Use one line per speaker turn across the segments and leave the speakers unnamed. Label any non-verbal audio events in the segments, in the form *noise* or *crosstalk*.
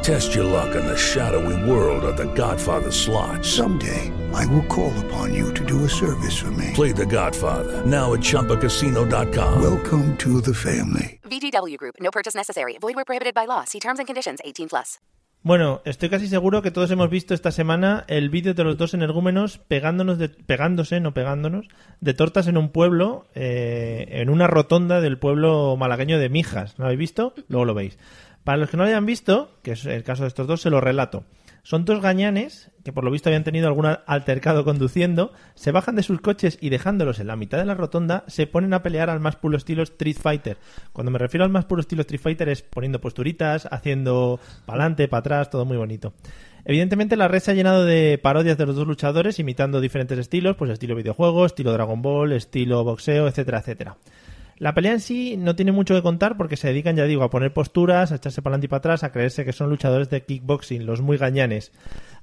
Test your luck in the shadowy world of The Godfather slot.
Someday, I will call upon you to do a service for me.
Play The Godfather now at ChumbaCasino.com.
Welcome to the family.
VGW Group. No purchase necessary. Void where prohibited by law. See terms and conditions. 18 plus.
Bueno, estoy casi seguro que todos hemos visto esta semana el vídeo de los dos energúmenos pegándonos de- pegándose, no pegándonos, de tortas en un pueblo, eh, en una rotonda del pueblo malagueño de Mijas. ¿No lo habéis visto? Luego lo veis. Para los que no lo hayan visto, que es el caso de estos dos, se lo relato. Son dos gañanes que por lo visto habían tenido algún altercado conduciendo, se bajan de sus coches y dejándolos en la mitad de la rotonda, se ponen a pelear al más puro estilo Street Fighter. Cuando me refiero al más puro estilo Street Fighter es poniendo posturitas, haciendo pa'lante, para atrás, todo muy bonito. Evidentemente la red se ha llenado de parodias de los dos luchadores imitando diferentes estilos, pues estilo videojuego, estilo Dragon Ball, estilo boxeo, etcétera, etcétera. La pelea en sí no tiene mucho que contar porque se dedican, ya digo, a poner posturas, a echarse para adelante y para atrás, a creerse que son luchadores de kickboxing, los muy gañanes.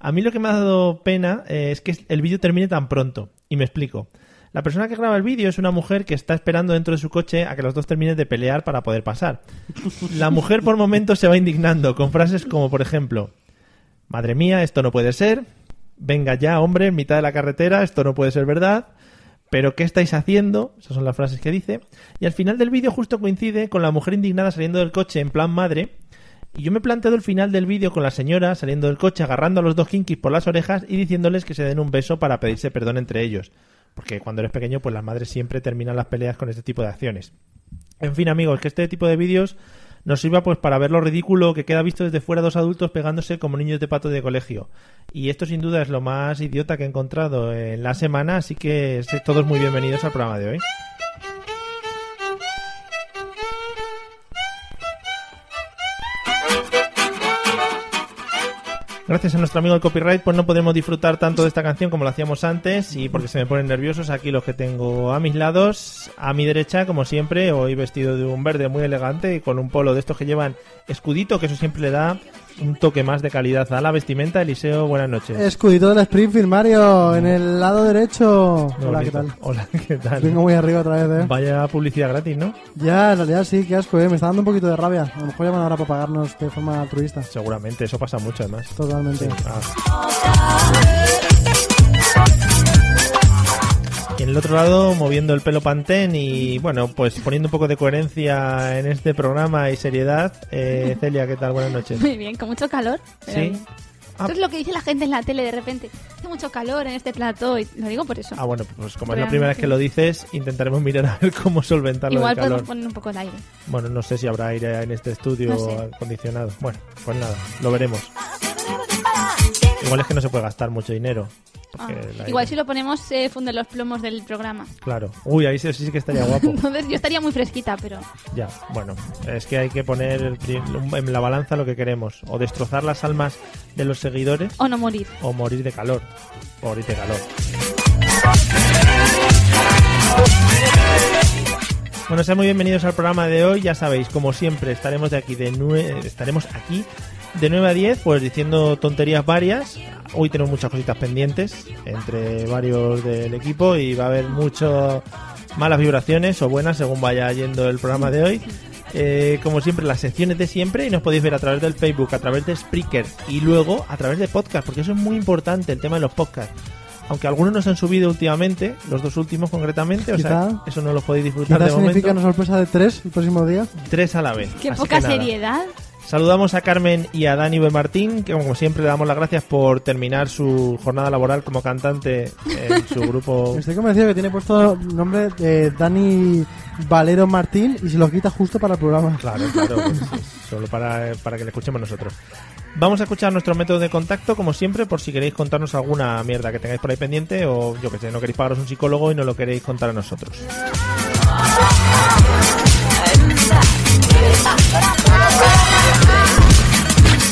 A mí lo que me ha dado pena eh, es que el vídeo termine tan pronto. Y me explico. La persona que graba el vídeo es una mujer que está esperando dentro de su coche a que los dos terminen de pelear para poder pasar. La mujer por momentos se va indignando con frases como, por ejemplo, Madre mía, esto no puede ser. Venga ya, hombre, en mitad de la carretera, esto no puede ser verdad. Pero ¿qué estáis haciendo? Esas son las frases que dice. Y al final del vídeo justo coincide con la mujer indignada saliendo del coche en plan madre. Y yo me he planteado el final del vídeo con la señora saliendo del coche agarrando a los dos kinkis por las orejas y diciéndoles que se den un beso para pedirse perdón entre ellos. Porque cuando eres pequeño, pues las madres siempre terminan las peleas con este tipo de acciones. En fin, amigos, que este tipo de vídeos nos sirva pues para ver lo ridículo que queda visto desde fuera dos adultos pegándose como niños de pato de colegio. Y esto sin duda es lo más idiota que he encontrado en la semana, así que sed todos muy bienvenidos al programa de hoy. Gracias a nuestro amigo el copyright, pues no podremos disfrutar tanto de esta canción como lo hacíamos antes y porque se me ponen nerviosos aquí los que tengo a mis lados, a mi derecha como siempre, hoy vestido de un verde muy elegante y con un polo de estos que llevan escudito, que eso siempre le da un toque más de calidad a la vestimenta. Eliseo, buenas noches.
Escudito del Springfield, Mario, en el lado derecho.
Muy
Hola, ¿qué
bonito.
tal?
Hola, ¿qué tal?
Vengo muy arriba otra vez, eh.
Vaya publicidad gratis, ¿no?
Ya, en realidad sí, qué asco, eh. Me está dando un poquito de rabia. A lo mejor llaman ahora para pagarnos de forma altruista.
Seguramente, eso pasa mucho además.
Totalmente.
Y en el otro lado, moviendo el pelo pantén y, bueno, pues poniendo un poco de coherencia en este programa y seriedad, eh, Celia, ¿qué tal? Buenas noches.
Muy bien, con mucho calor. pero
¿Sí?
bien.
Ah.
Eso es lo que dice la gente en la tele de repente. Hace mucho calor en este plató y lo digo por eso.
Ah, bueno, pues como es la
Realmente.
primera vez que lo dices, intentaremos mirar a ver cómo solventarlo
Igual
del calor.
podemos poner un poco de aire.
Bueno, no sé si habrá aire en este estudio
No sé.
acondicionado. Bueno, pues nada, lo veremos. Igual es que no se puede gastar mucho dinero. porque
Ah,
el aire-
Igual si lo ponemos se funden los plomos del programa.
Claro. Uy, ahí sí, sí que
*laughs*
estaría guapo.
Entonces yo estaría muy fresquita, pero
Ya, bueno, es que hay que poner el pri- en la balanza lo que queremos. O destrozar las almas de los seguidores
o no morir.
o morir de calor. Morir de calor. Bueno, sean muy bienvenidos al programa de hoy. Ya sabéis, como siempre, estaremos de aquí de nue- estaremos aquí de 9 a 10, pues diciendo tonterías varias. Hoy tenemos muchas cositas pendientes entre varios del equipo y va a haber mucho malas vibraciones o buenas según vaya yendo el programa de hoy. Eh, como siempre, las secciones de siempre y nos podéis ver a través del Facebook, a través de Spreaker y luego a través de podcast, porque eso es muy importante, el tema de los podcasts. Aunque algunos nos han subido últimamente, los dos últimos concretamente, o sea,
Quizá-
eso no los podéis disfrutar de
Quizás
momento
significa una sorpresa de tres el próximo día.
tres a la vez.
Qué
Así
poca
que nada.
seriedad.
Saludamos a Carmen y a Dani B. Martín, que como siempre le damos las gracias por terminar su jornada laboral como cantante en su *laughs* grupo.
Estoy convencido que tiene puesto nombre de Dani Valero Martín y se lo quita justo para el programa.
Claro, claro, pues, es solo para, para que le escuchemos nosotros. Vamos a escuchar nuestro método de contacto, como siempre, por si queréis contarnos alguna mierda que tengáis por ahí pendiente o yo que sé, no queréis pagaros un psicólogo y no lo queréis contar a nosotros.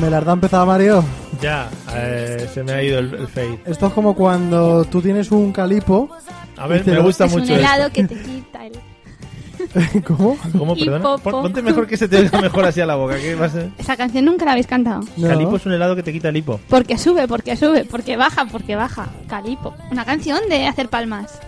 Me la has empezado, Mario.
Ya, eh, se me ha ido el, el fade.
Esto es como cuando tú tienes un calipo. *laughs*
A ver,
Dice,
me gusta
es un
mucho.
helado que te quita el...
¿Cómo?
esto. ¿Cómo,
Y
perdona?
popo.
Pon- Ponte mejor que se te oiga mejor así a la boca. ¿Qué va a ser?
Esa canción nunca la habéis cantado.
No.
Calipo es un helado que te quita el hipo.
Porque sube, porque sube, porque baja, porque baja. Calipo. Una canción de hacer palmas.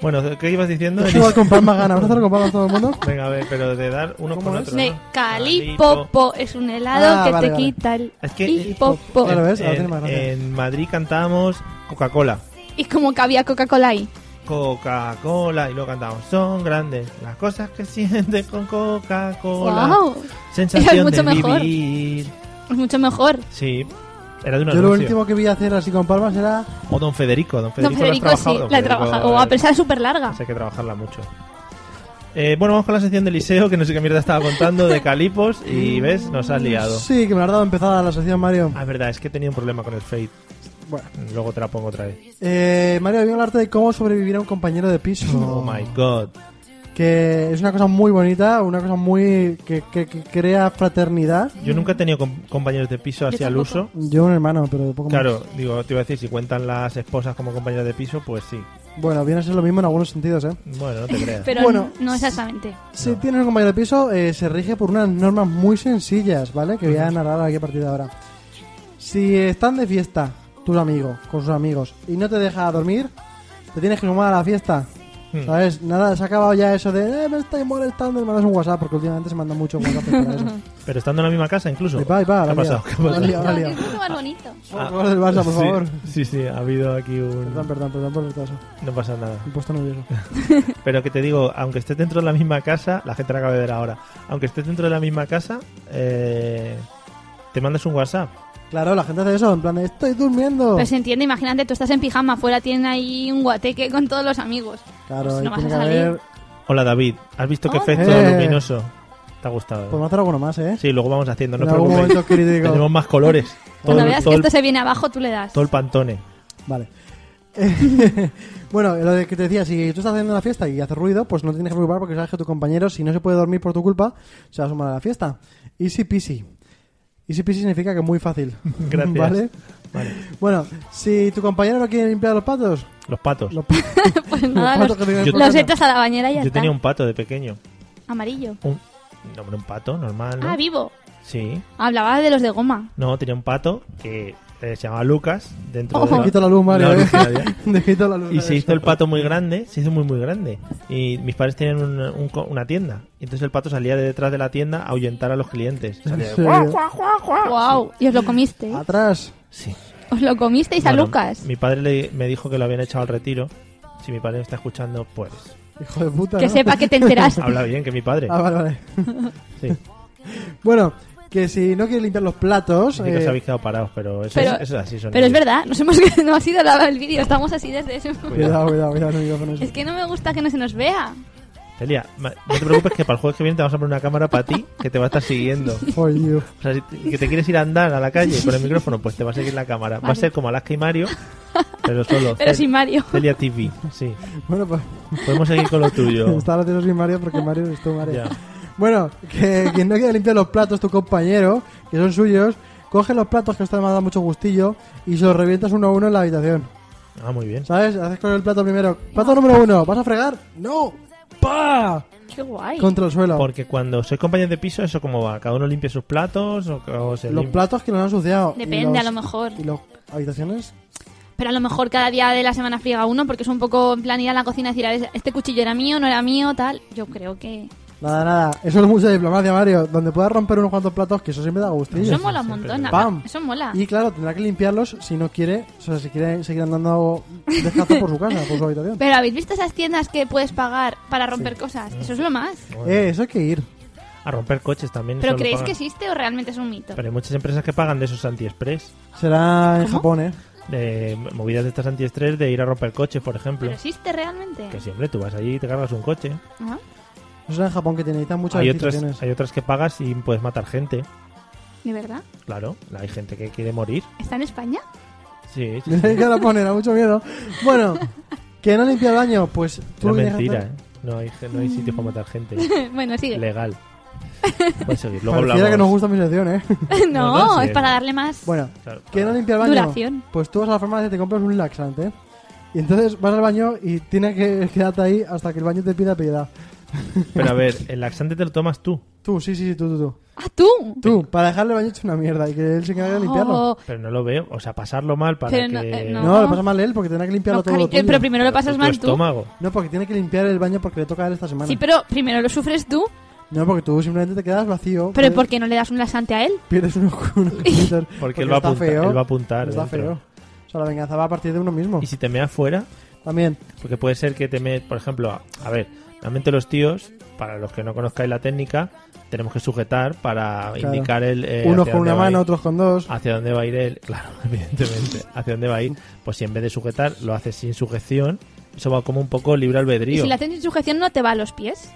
Bueno, ¿qué ibas diciendo?
Es
Elisa?
igual con palmas gana. ¿Vamos a hacerlo con palmas todo el mundo?
*laughs* Venga, a ver, pero de dar uno
¿Cómo
con
es?
otro.
De
¿no?
calipo, po, es un helado
Ah,
que
vale,
te
vale.
quita el
Es que-
hipo, po.
Claro, ¿ves? Ahora tiene
En,
más gracia.
en Madrid cantábamos Coca-Cola.
Y como que había Coca-Cola ahí.
Coca-Cola y luego cantábamos Son grandes las cosas que sientes con Coca-Cola.
¡Wow!
Sensación
Es mucho
de
mejor.
vivir.
Es mucho mejor.
Sí, era de una
Yo lo último que vi hacer así con palmas era.
O Don Federico, Don Federico,
Don
lo has
Federico sí,
trabajado, don
la he
Federico,
trabajado. O
eh,
a pesar de súper larga.
Hay que trabajarla mucho. Eh, bueno, vamos con la sección de Liceo, que no sé qué mierda estaba contando, de calipos, y ves, nos has liado.
Sí, que me la has dado empezada la sección, Mario.
Ah, es verdad, es que he tenido un problema con el fade.
Bueno.
Luego te la pongo otra vez.
Eh, Mario, voy a hablarte de cómo sobrevivir a un compañero de piso.
*laughs* Oh, my god.
Que es una cosa muy bonita, una cosa muy. que, que- que crea fraternidad.
Yo nunca he tenido com- compañeros de piso así al uso.
Yo, un hermano, pero poco más.
Claro, digo, te iba a decir, si cuentan las esposas como compañeros de piso, pues sí.
Bueno, viene a ser lo mismo en algunos sentidos, ¿eh?
Bueno, no te creas.
Pero
Bueno.
no exactamente.
Si tienes un compañero de piso, eh, se rige por unas normas muy sencillas, ¿vale? Que voy a narrar aquí a partir de ahora. Si están de fiesta, tu amigo, con sus amigos, y no te deja dormir, te tienes que sumar a la fiesta.
Hmm.
¿Sabes? Nada, se ha acabado ya eso de, eh, me estáis molestando y mandas un WhatsApp, porque últimamente se manda mucho WhatsApp para
*laughs*
eso.
Pero estando en la misma casa, incluso.
Ahí va, ahí va,
¿Qué
la
ha
he liado.
pasado? ¿Qué ha pasado?
La he liado, la he
Pero
liado.
es mucho más bonito.
Ah,
Gol del Barça, por
sí,
favor.
Sí, sí, ha habido aquí un...
Perdón, perdón, perdón por el retraso.
No pasa nada.
Me he puesto nervioso.
Pero que te digo, aunque estés dentro de la misma casa, la gente la acaba de ver ahora, aunque estés dentro de la misma casa, eh, te mandas un WhatsApp.
Claro, la gente hace eso, en plan de, estoy durmiendo.
Pero se entiende, imagínate, tú estás en pijama, afuera tienen ahí un guateque con todos los amigos.
Claro,
Pues
ahí
no vas
tiene que
a salir.
haber...
Hola David, ¿has visto qué
Hola.
efecto
Eh.
luminoso? ¿Te ha gustado?
Podemos hacer alguno más, ¿eh?
Sí, luego vamos haciendo, no
en
os
algún
preocupéis.
momento crítico.
Tenemos más
*laughs*
colores. Todo,
Cuando veas
todo
que
el,
esto se viene abajo, tú le das.
todo el pantone.
Vale. *laughs* bueno, lo de que te decía, si tú estás haciendo una fiesta y hace ruido, pues no te tienes que preocupar porque sabes que tu compañero, si no se puede dormir por tu culpa, se va a sumar a la fiesta. Easy peasy. Easy peasy significa que muy fácil.
*laughs* Gracias.
¿Vale?
Vale.
Bueno, si tu compañero no quiere limpiar los patos,
Los patos.
*laughs* los, pa-
*laughs* Pues
los
nada, los,
patos que tengan
Yo-
por
los
casa.
echas a la bañera y ya
Yo
está.
tenía un pato de pequeño.
Amarillo.
Un, no, hombre, un pato normal. ¿no?
Ah, vivo.
sí.
Hablaba de los de goma.
No, tenía un pato que eh, se llamaba Lucas. Dentro de
Te quito la luz, Mario.
la
¿eh?
originalidad.
*laughs* Te quito la luz.
Y se hizo el pato muy grande, se hizo muy muy grande. Y mis padres tenían un- un co- una tienda. Y entonces el pato salía de detrás de la tienda a ahuyentar a los clientes. Salía-
*laughs* Sí.
Ah,
Wow, y os lo comiste. ¿eh?
Atrás.
Sí.
Os lo comisteis a
Ah. Bueno,
Lucas.
Mi padre le- me dijo que lo habían echado al retiro. Si mi padre me está escuchando, pues
Hijo de puta.
Que
¿no?
sepa que te
*laughs*
enteraste.
habla bien que mi padre.
*laughs* Ah, vale, vale.
Sí.
Bueno, que si no quiere limpiar los platos.
Así que os
eh,
habéis quedado parados, pero eso,
pero-
es, eso es así. son
Pero es
ellos.
verdad, nos hemos, *laughs* no ha sido la, el vídeo, estamos así desde ese momento.
Cuidado, cuidado, cuidado, no digo con eso.
Es que no me gusta que no se nos vea.
Celia, ma- no te preocupes que para el jueves que viene te vamos a poner una cámara para ti que te va a estar
*laughs*
siguiendo.
For you.
O sea, si te, que te quieres ir a andar a la calle con el micrófono, pues te va a seguir la cámara. Va a
Vale.
ser como Alaska y Mario, pero solo.
*laughs* Pero
Cel-
sin Mario.
Celia TV, sí.
Bueno, pues
Podemos seguir con lo
*laughs*
tuyo.
está la tienes sin Mario porque Mario es tu Mario.
Ya.
Bueno, que quien no quiera limpiar los platos, tu compañero, que son suyos, coge los platos que os te dado mucho gustillo y se los revientas uno a uno en la habitación.
Ah, muy bien.
¿Sabes? Haces con el plato primero. Plato número uno, ¿vas a fregar? ¡No! ¡Pa!
Qué guay.
Contra el suelo.
Porque cuando sois compañeros de piso, ¿eso cómo va? ¿Cada uno limpia sus platos o, o se
los
lim-
platos que lo han ensuciado. y
Depende, a
los-
lo mejor.
¿Y las habitaciones?
Pero a lo mejor cada día de la semana friega uno porque es un poco en plan ir a la cocina y decir, a ver, este cuchillo era mío, no era mío, tal. Yo creo que
Nada, nada. Eso es mucha diplomacia, Mario. Donde puedas romper unos cuantos platos, que eso siempre da gustillo.
Eso mola un montón.
¡Pam!
Eso mola.
Y claro, tendrá que limpiarlos si no quiere, o sea, si quiere seguir andando descalzo por su casa, por su habitación.
Pero ¿habéis visto esas tiendas que puedes pagar para romper cosas? Eso es lo más.
Eh, eso hay que ir.
A romper coches también.
¿Pero
eso lo
creéis
pagan.
que existe o realmente es un mito?
Pero hay muchas empresas que pagan de esos anti-express.
Será en Japón, ¿eh?
De movidas de estas anti-estrés de ir a romper coches, por ejemplo.
¿Pero existe realmente? Ah,
Que siempre tú vas allí y te cargas un coche.
Ajá.
Eso será en Japón, que te necesitan muchas
Hay otras,
licitaciones.
hay otras que pagas y puedes matar gente.
¿De verdad?
Claro, hay gente que quiere morir.
¿Está en España? *laughs*
Sí, sí.
*laughs* Hay que la poner, a mucho miedo. Bueno, que no limpia el baño, pues tú
Era
lo tienes que
mentira,
hacer.
¿eh? No hay, no hay sitio para matar
*laughs*
gente.
bueno, sigue.
Legal. Puedes seguir. Luego
Pareciera
hablamos.
que nos gusta mi sección, ¿eh? *laughs*
no,
No, no, sí.
es para darle más...
Bueno,
Claro, para-
que no limpia el baño.
Duración.
Pues tú vas a la farmacia y te compras un laxante. eh. Y entonces vas al baño y tienes que *laughs* quedarte ahí hasta que el baño te pida piedad.
Pero a ver, el laxante te lo tomas tú.
Tú, sí, sí, sí, tú, tú, tú.
¡Ah, tú!
Tú, para dejarle el baño hecho una mierda y que él se encargue de limpiarlo.
Oh,
Pero no lo veo. O sea, pasarlo mal para
Pero no,
que...
eh,
No, lo pasa mal él porque tendrá que limpiarlo
no,
todo.
cari- eh,
lo tuyo.
pero primero lo pasas
tu
mal tú.
estómago.
No, porque tiene que limpiar el baño porque le toca a él esta semana.
Sí, pero primero lo sufres tú.
No, porque tú simplemente te quedas vacío.
¿Pero
pierdes-
por qué no le das un lasante a él?
Pierdes unos unos cubitos,
*laughs*
Porque él va a
está
apuntar-
feo,
él va a apuntar
Está
dentro.
feo. O sea, la venganza va a partir de uno mismo.
Y si te meas fuera,
También.
porque puede ser que te me, por ejemplo, a, a ver, realmente los tíos, para los que no conozcáis la técnica, tenemos que sujetar para
Claro.
indicar el eh,
unos
hacia
con
dónde va
una
a
mano,
ir. Ah,
otros con dos.
hacia dónde va a ir él, *laughs* claro, evidentemente, hacia dónde va a ir, pues si en vez de sujetar lo haces sin sujeción, eso va como un poco libre
Y
albedrío.
si le haces sin sujeción no te va a
*laughs*
los pies.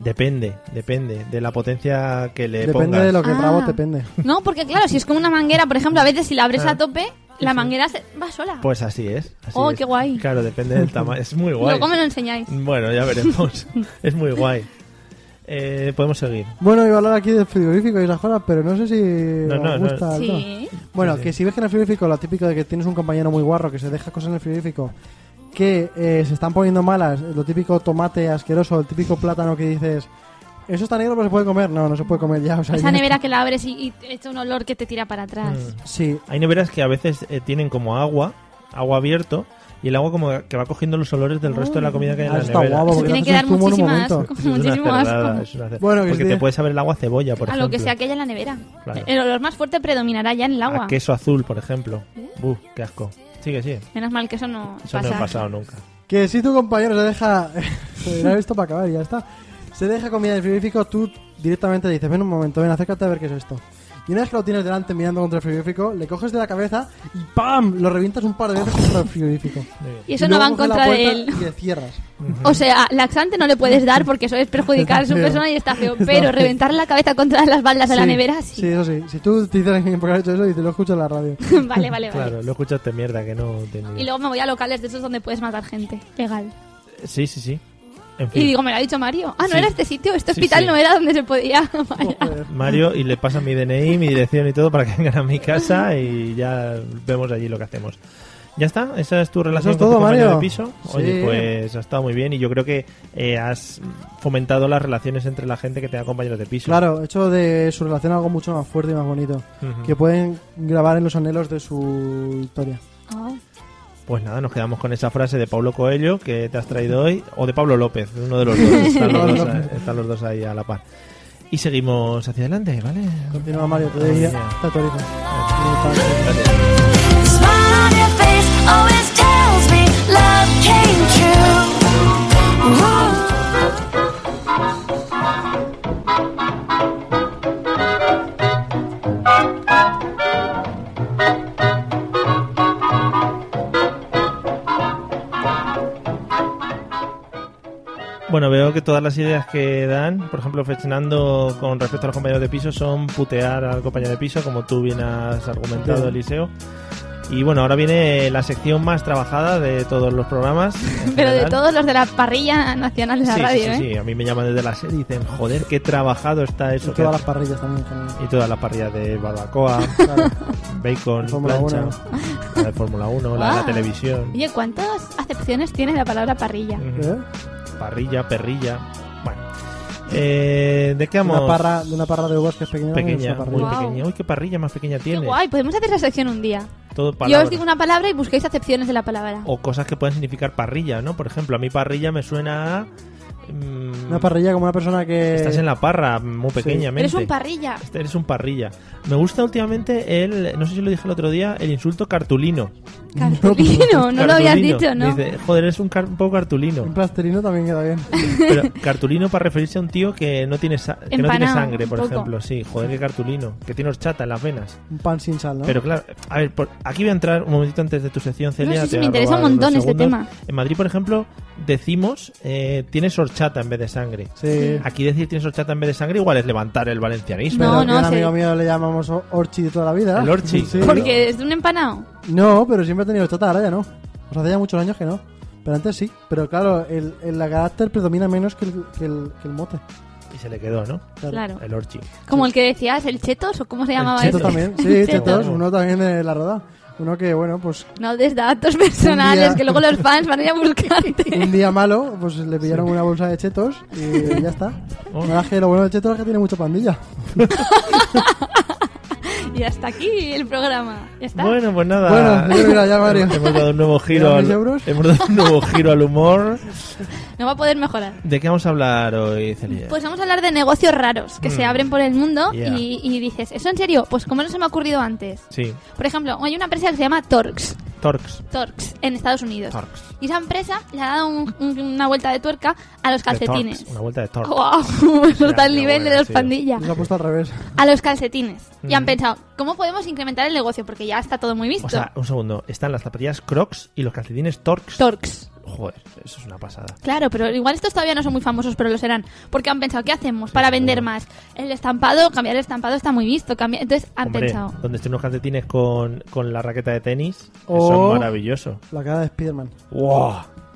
Depende, depende de la potencia que le
Depende
eh, pongas.
de lo que
Ah.
trabos depende.
No, porque claro, si es como una manguera, por ejemplo, a veces si la abres
Ah.
a tope, la manguera se- va sola.
Pues así es. así
Oh,
es.
qué guay.
Claro, depende del tamaño. Es muy guay.
Luego me lo enseñáis.
Bueno, ya veremos. *laughs* es muy guay. Eh, podemos seguir.
Bueno, iba a hablar aquí del frigorífico y esas cosas, pero no sé si
No, no,
os
no.
gusta. el tema.
Sí.
Bueno,
Sí, sí.
que si ves que en el frigorífico, lo típico de que tienes un compañero muy guarro que se deja cosas en el frigorífico que eh, se están poniendo malas, lo típico tomate asqueroso, el típico plátano que dices, eso está negro pero se puede comer. No, no se puede comer ya. O sea,
Esa
ya-
nevera que la abres y, y echa un olor que te tira
Mm.
para atrás.
Sí,
Hay neveras que a veces eh, tienen como agua, agua abierto, y el agua como que va cogiendo los olores del resto de la comida que hay en
Ah,
la
eso está
nevera.
guapo,
Eso
porque
tiene
no
que
haces un
dar
zumo en un
muchísimo
momento.
asco.
Eso *laughs* es una
Muchísimo
cerrada,
asco.
es una cer-
Bueno, que
porque
sí.
te puede saber el agua a cebolla, por
A
ejemplo.
lo que sea que haya en la nevera.
Claro.
El olor más fuerte predominará ya en el agua. ¿Eh?
A queso azul, por ejemplo. Buh, qué asco. Sigue, sigue.
Menos mal que eso no
Eso
pasa.
no ha pasado nunca.
Que si tu compañero se deja. *laughs* Joder, esto para acabar y ya está. Se deja comida en el frigorífico, tú directamente le dices: Ven un momento, ven, acércate a ver qué es esto. Y una vez que lo tienes delante mirando contra el frigorífico, le coges de la cabeza y ¡pam! Lo revientas un par de veces contra el frigorífico.
Y eso
Y
no
luego
va en
coges la
contra de
puerta
él.
Y le
*laughs*
cierras.
O sea, laxante no le puedes dar porque eso es perjudicar a
*laughs*
su
Está feo.
persona y está feo.
Está
Pero
feo.
reventar la cabeza contra las baldas de la nevera, sí.
Sí, eso sí. Si tú te dices a alguien por qué has hecho eso y te lo escuchas en la
*laughs*
radio.
vale, *laughs* vale, vale.
Claro, lo escuchaste mierda, que no tenía.
Y luego me voy a locales de esos donde puedes matar gente. Legal.
Sí, sí, sí. En fin.
Y digo, me lo ha dicho Mario. Ah, no
Sí.
era este sitio,
Sí,
este hospital
sí.
no era donde se podía. *laughs* Vaya.
Joder.
Mario y le pasa mi DNI, mi dirección y todo para que vengan a mi casa y ya vemos allí lo que hacemos. ¿Ya está? ¿Esa es tu relación
es
con
todo,
tu compañero
Mario.
de piso?
Sí.
Oye, pues ha estado muy bien y yo creo que eh, has fomentado las relaciones entre la gente que tenga compañeros de piso.
Claro, he hecho de su relación algo mucho más fuerte y más bonito.
Ujú.
Que pueden grabar en los anhelos de su historia.
Oh.
Pues nada, nos quedamos con esa frase de Pablo Coelho que te has traído hoy, o de Pablo López, uno de los
*laughs*
dos. Están los dos, están los dos ahí a la par. Y seguimos hacia adelante, ¿vale?
Continúa Mario, te doy
Ay, mía.
te autorizo.
Gracias.
Smile on your face always tells me love came true. Ooh.
Bueno, veo que todas las ideas que dan, por ejemplo, Fernando, con respecto a los compañeros de piso, son putear al compañero de piso, como tú bien has argumentado,
Sí.
Eliseo. Y bueno, ahora viene la sección más trabajada de todos los programas. en
*laughs* Pero de
general.
todos los de la parrilla nacional de la
Sí, sí,
radio,
sí,
¿eh?
sí, a mí me llaman desde la serie y dicen, joder, qué trabajado está
Y
eso. que
todas
hace".
las parrillas también. en general.
Y todas las parrillas de barbacoa,
*laughs*
*laughs* bacon,
Fórmula
plancha,
Uno.
la de Fórmula 1, la de la
Ah.
televisión,
Oye, ¿cuántas acepciones tiene la palabra parrilla?
Ujú.
¿Eh?
parrilla, perrilla. Bueno, eh, ¿de qué
De
vamos?
una parra, de una parra de uvas que es pequeña. también es
Pequeña, muy
una parrilla.
Guau.
pequeña. Uy, qué parrilla más pequeña
Qué
tiene.
guay, podemos hacer esa sección un día.
Todo
Yo
palabras.
os digo una palabra y busquéis acepciones de la palabra.
O cosas que pueden significar parrilla, ¿no? Por ejemplo, a mí parrilla me suena a mm,
Una parrilla como una persona que...
estás en la parra, muy pequeñamente.
Eres
*laughs*
un parrilla.
Eres un parrilla. Me gusta últimamente el, no sé si lo dije el otro día, el insulto cartulino.
Cartulino,
*laughs*
no lo habías
Cartulino.
dicho, ¿no?
Dice, joder, eres un, car- un poco
Un
*laughs*
cartulino.
plastilino también queda bien.
Pero cartulino para referirse a un tío que no tiene, sa- que no tiene
Empanado,
sangre,
un
por
poco.
ejemplo. Sí, joder, qué cartulino. Que tiene horchata en las venas.
Un pan sin sal, ¿no?
Pero claro, a ver, por- aquí voy a entrar un momentito antes de tu sección, Celia.
sí, sí,
te voy
me
a
interesa
robar
un montón
unos
este
segundos.
tema.
En Madrid, por ejemplo, decimos, eh, tienes horchata en vez de sangre.
Sí.
Aquí decir tienes horchata en vez de sangre igual es levantar el valencianismo.
Pero
No,
que
no,
a un
sí.
amigo mío le llamamos o- Orchi de toda la vida.
El Orchi.
Sí.
Porque es de un empanado.
No, pero siempre ha tenido chata, ahora ya no. Pues hace ya muchos años que no. Pero antes sí. Pero claro, el, el carácter predomina menos que el, que el, que el mote.
Y se le quedó, ¿no?
Claro.
El orchi.
Como el que decías, el chetos, o cómo se llamaba
cheto
Cheto
ese?
también. *laughs*
*laughs*
Sí,
Cheto.
chetos. Uno también de la roda. Uno que, bueno, pues
No des datos *laughs*
Un
personales,
día-
que luego los fans van a ir a buscarte.
un día malo, pues le pillaron una bolsa de chetos y
*laughs*
ya está. La
Oh.
verdad es que lo bueno del cheto es que tiene mucho pandilla.
y hasta aquí el programa. Ya está.
Bueno, pues nada.
Bueno, yo creo que era ya, Mario.
Hemos- Hemos dado un nuevo giro
¿Ya
al,
mis euros?
hemos dado un nuevo giro al humor.
No va a poder mejorar.
¿De qué vamos a hablar hoy, Celia?
Pues vamos a hablar de negocios raros que se abren por el mundo
Yeah.
y, y dices, ¿eso en serio? Pues como no se me ha ocurrido antes.
sí,
Por ejemplo, hay una empresa que se llama Torx,
Torx.
Torx en Estados Unidos.
Torx.
Y esa empresa le ha dado un- un- una vuelta de tuerca a los
De Torx,
calcetines.
Una vuelta de Torx.
*laughs* ¡Wow! Eso está al
qué
nivel de
bueno,
los
tío.
pandillas.
Lo ha puesto al revés.
A los calcetines. Y han
Mm.
pensado, ¿cómo podemos incrementar el negocio? Porque ya está todo muy visto.
O sea, un segundo. Están las zapatillas Crocs y los calcetines Torx.
Torx.
Joder, eso es una pasada.
Claro, pero igual estos todavía no son muy famosos, pero lo serán. Porque han pensado, ¿qué hacemos para vender más? El estampado, cambiar el estampado está muy visto. cambia- Entonces han
Hombre,
pensado.
donde estén unos calcetines con, con la raqueta de tenis,
O-
eso es maravilloso.
La cara de Spiderman.
¡Wow!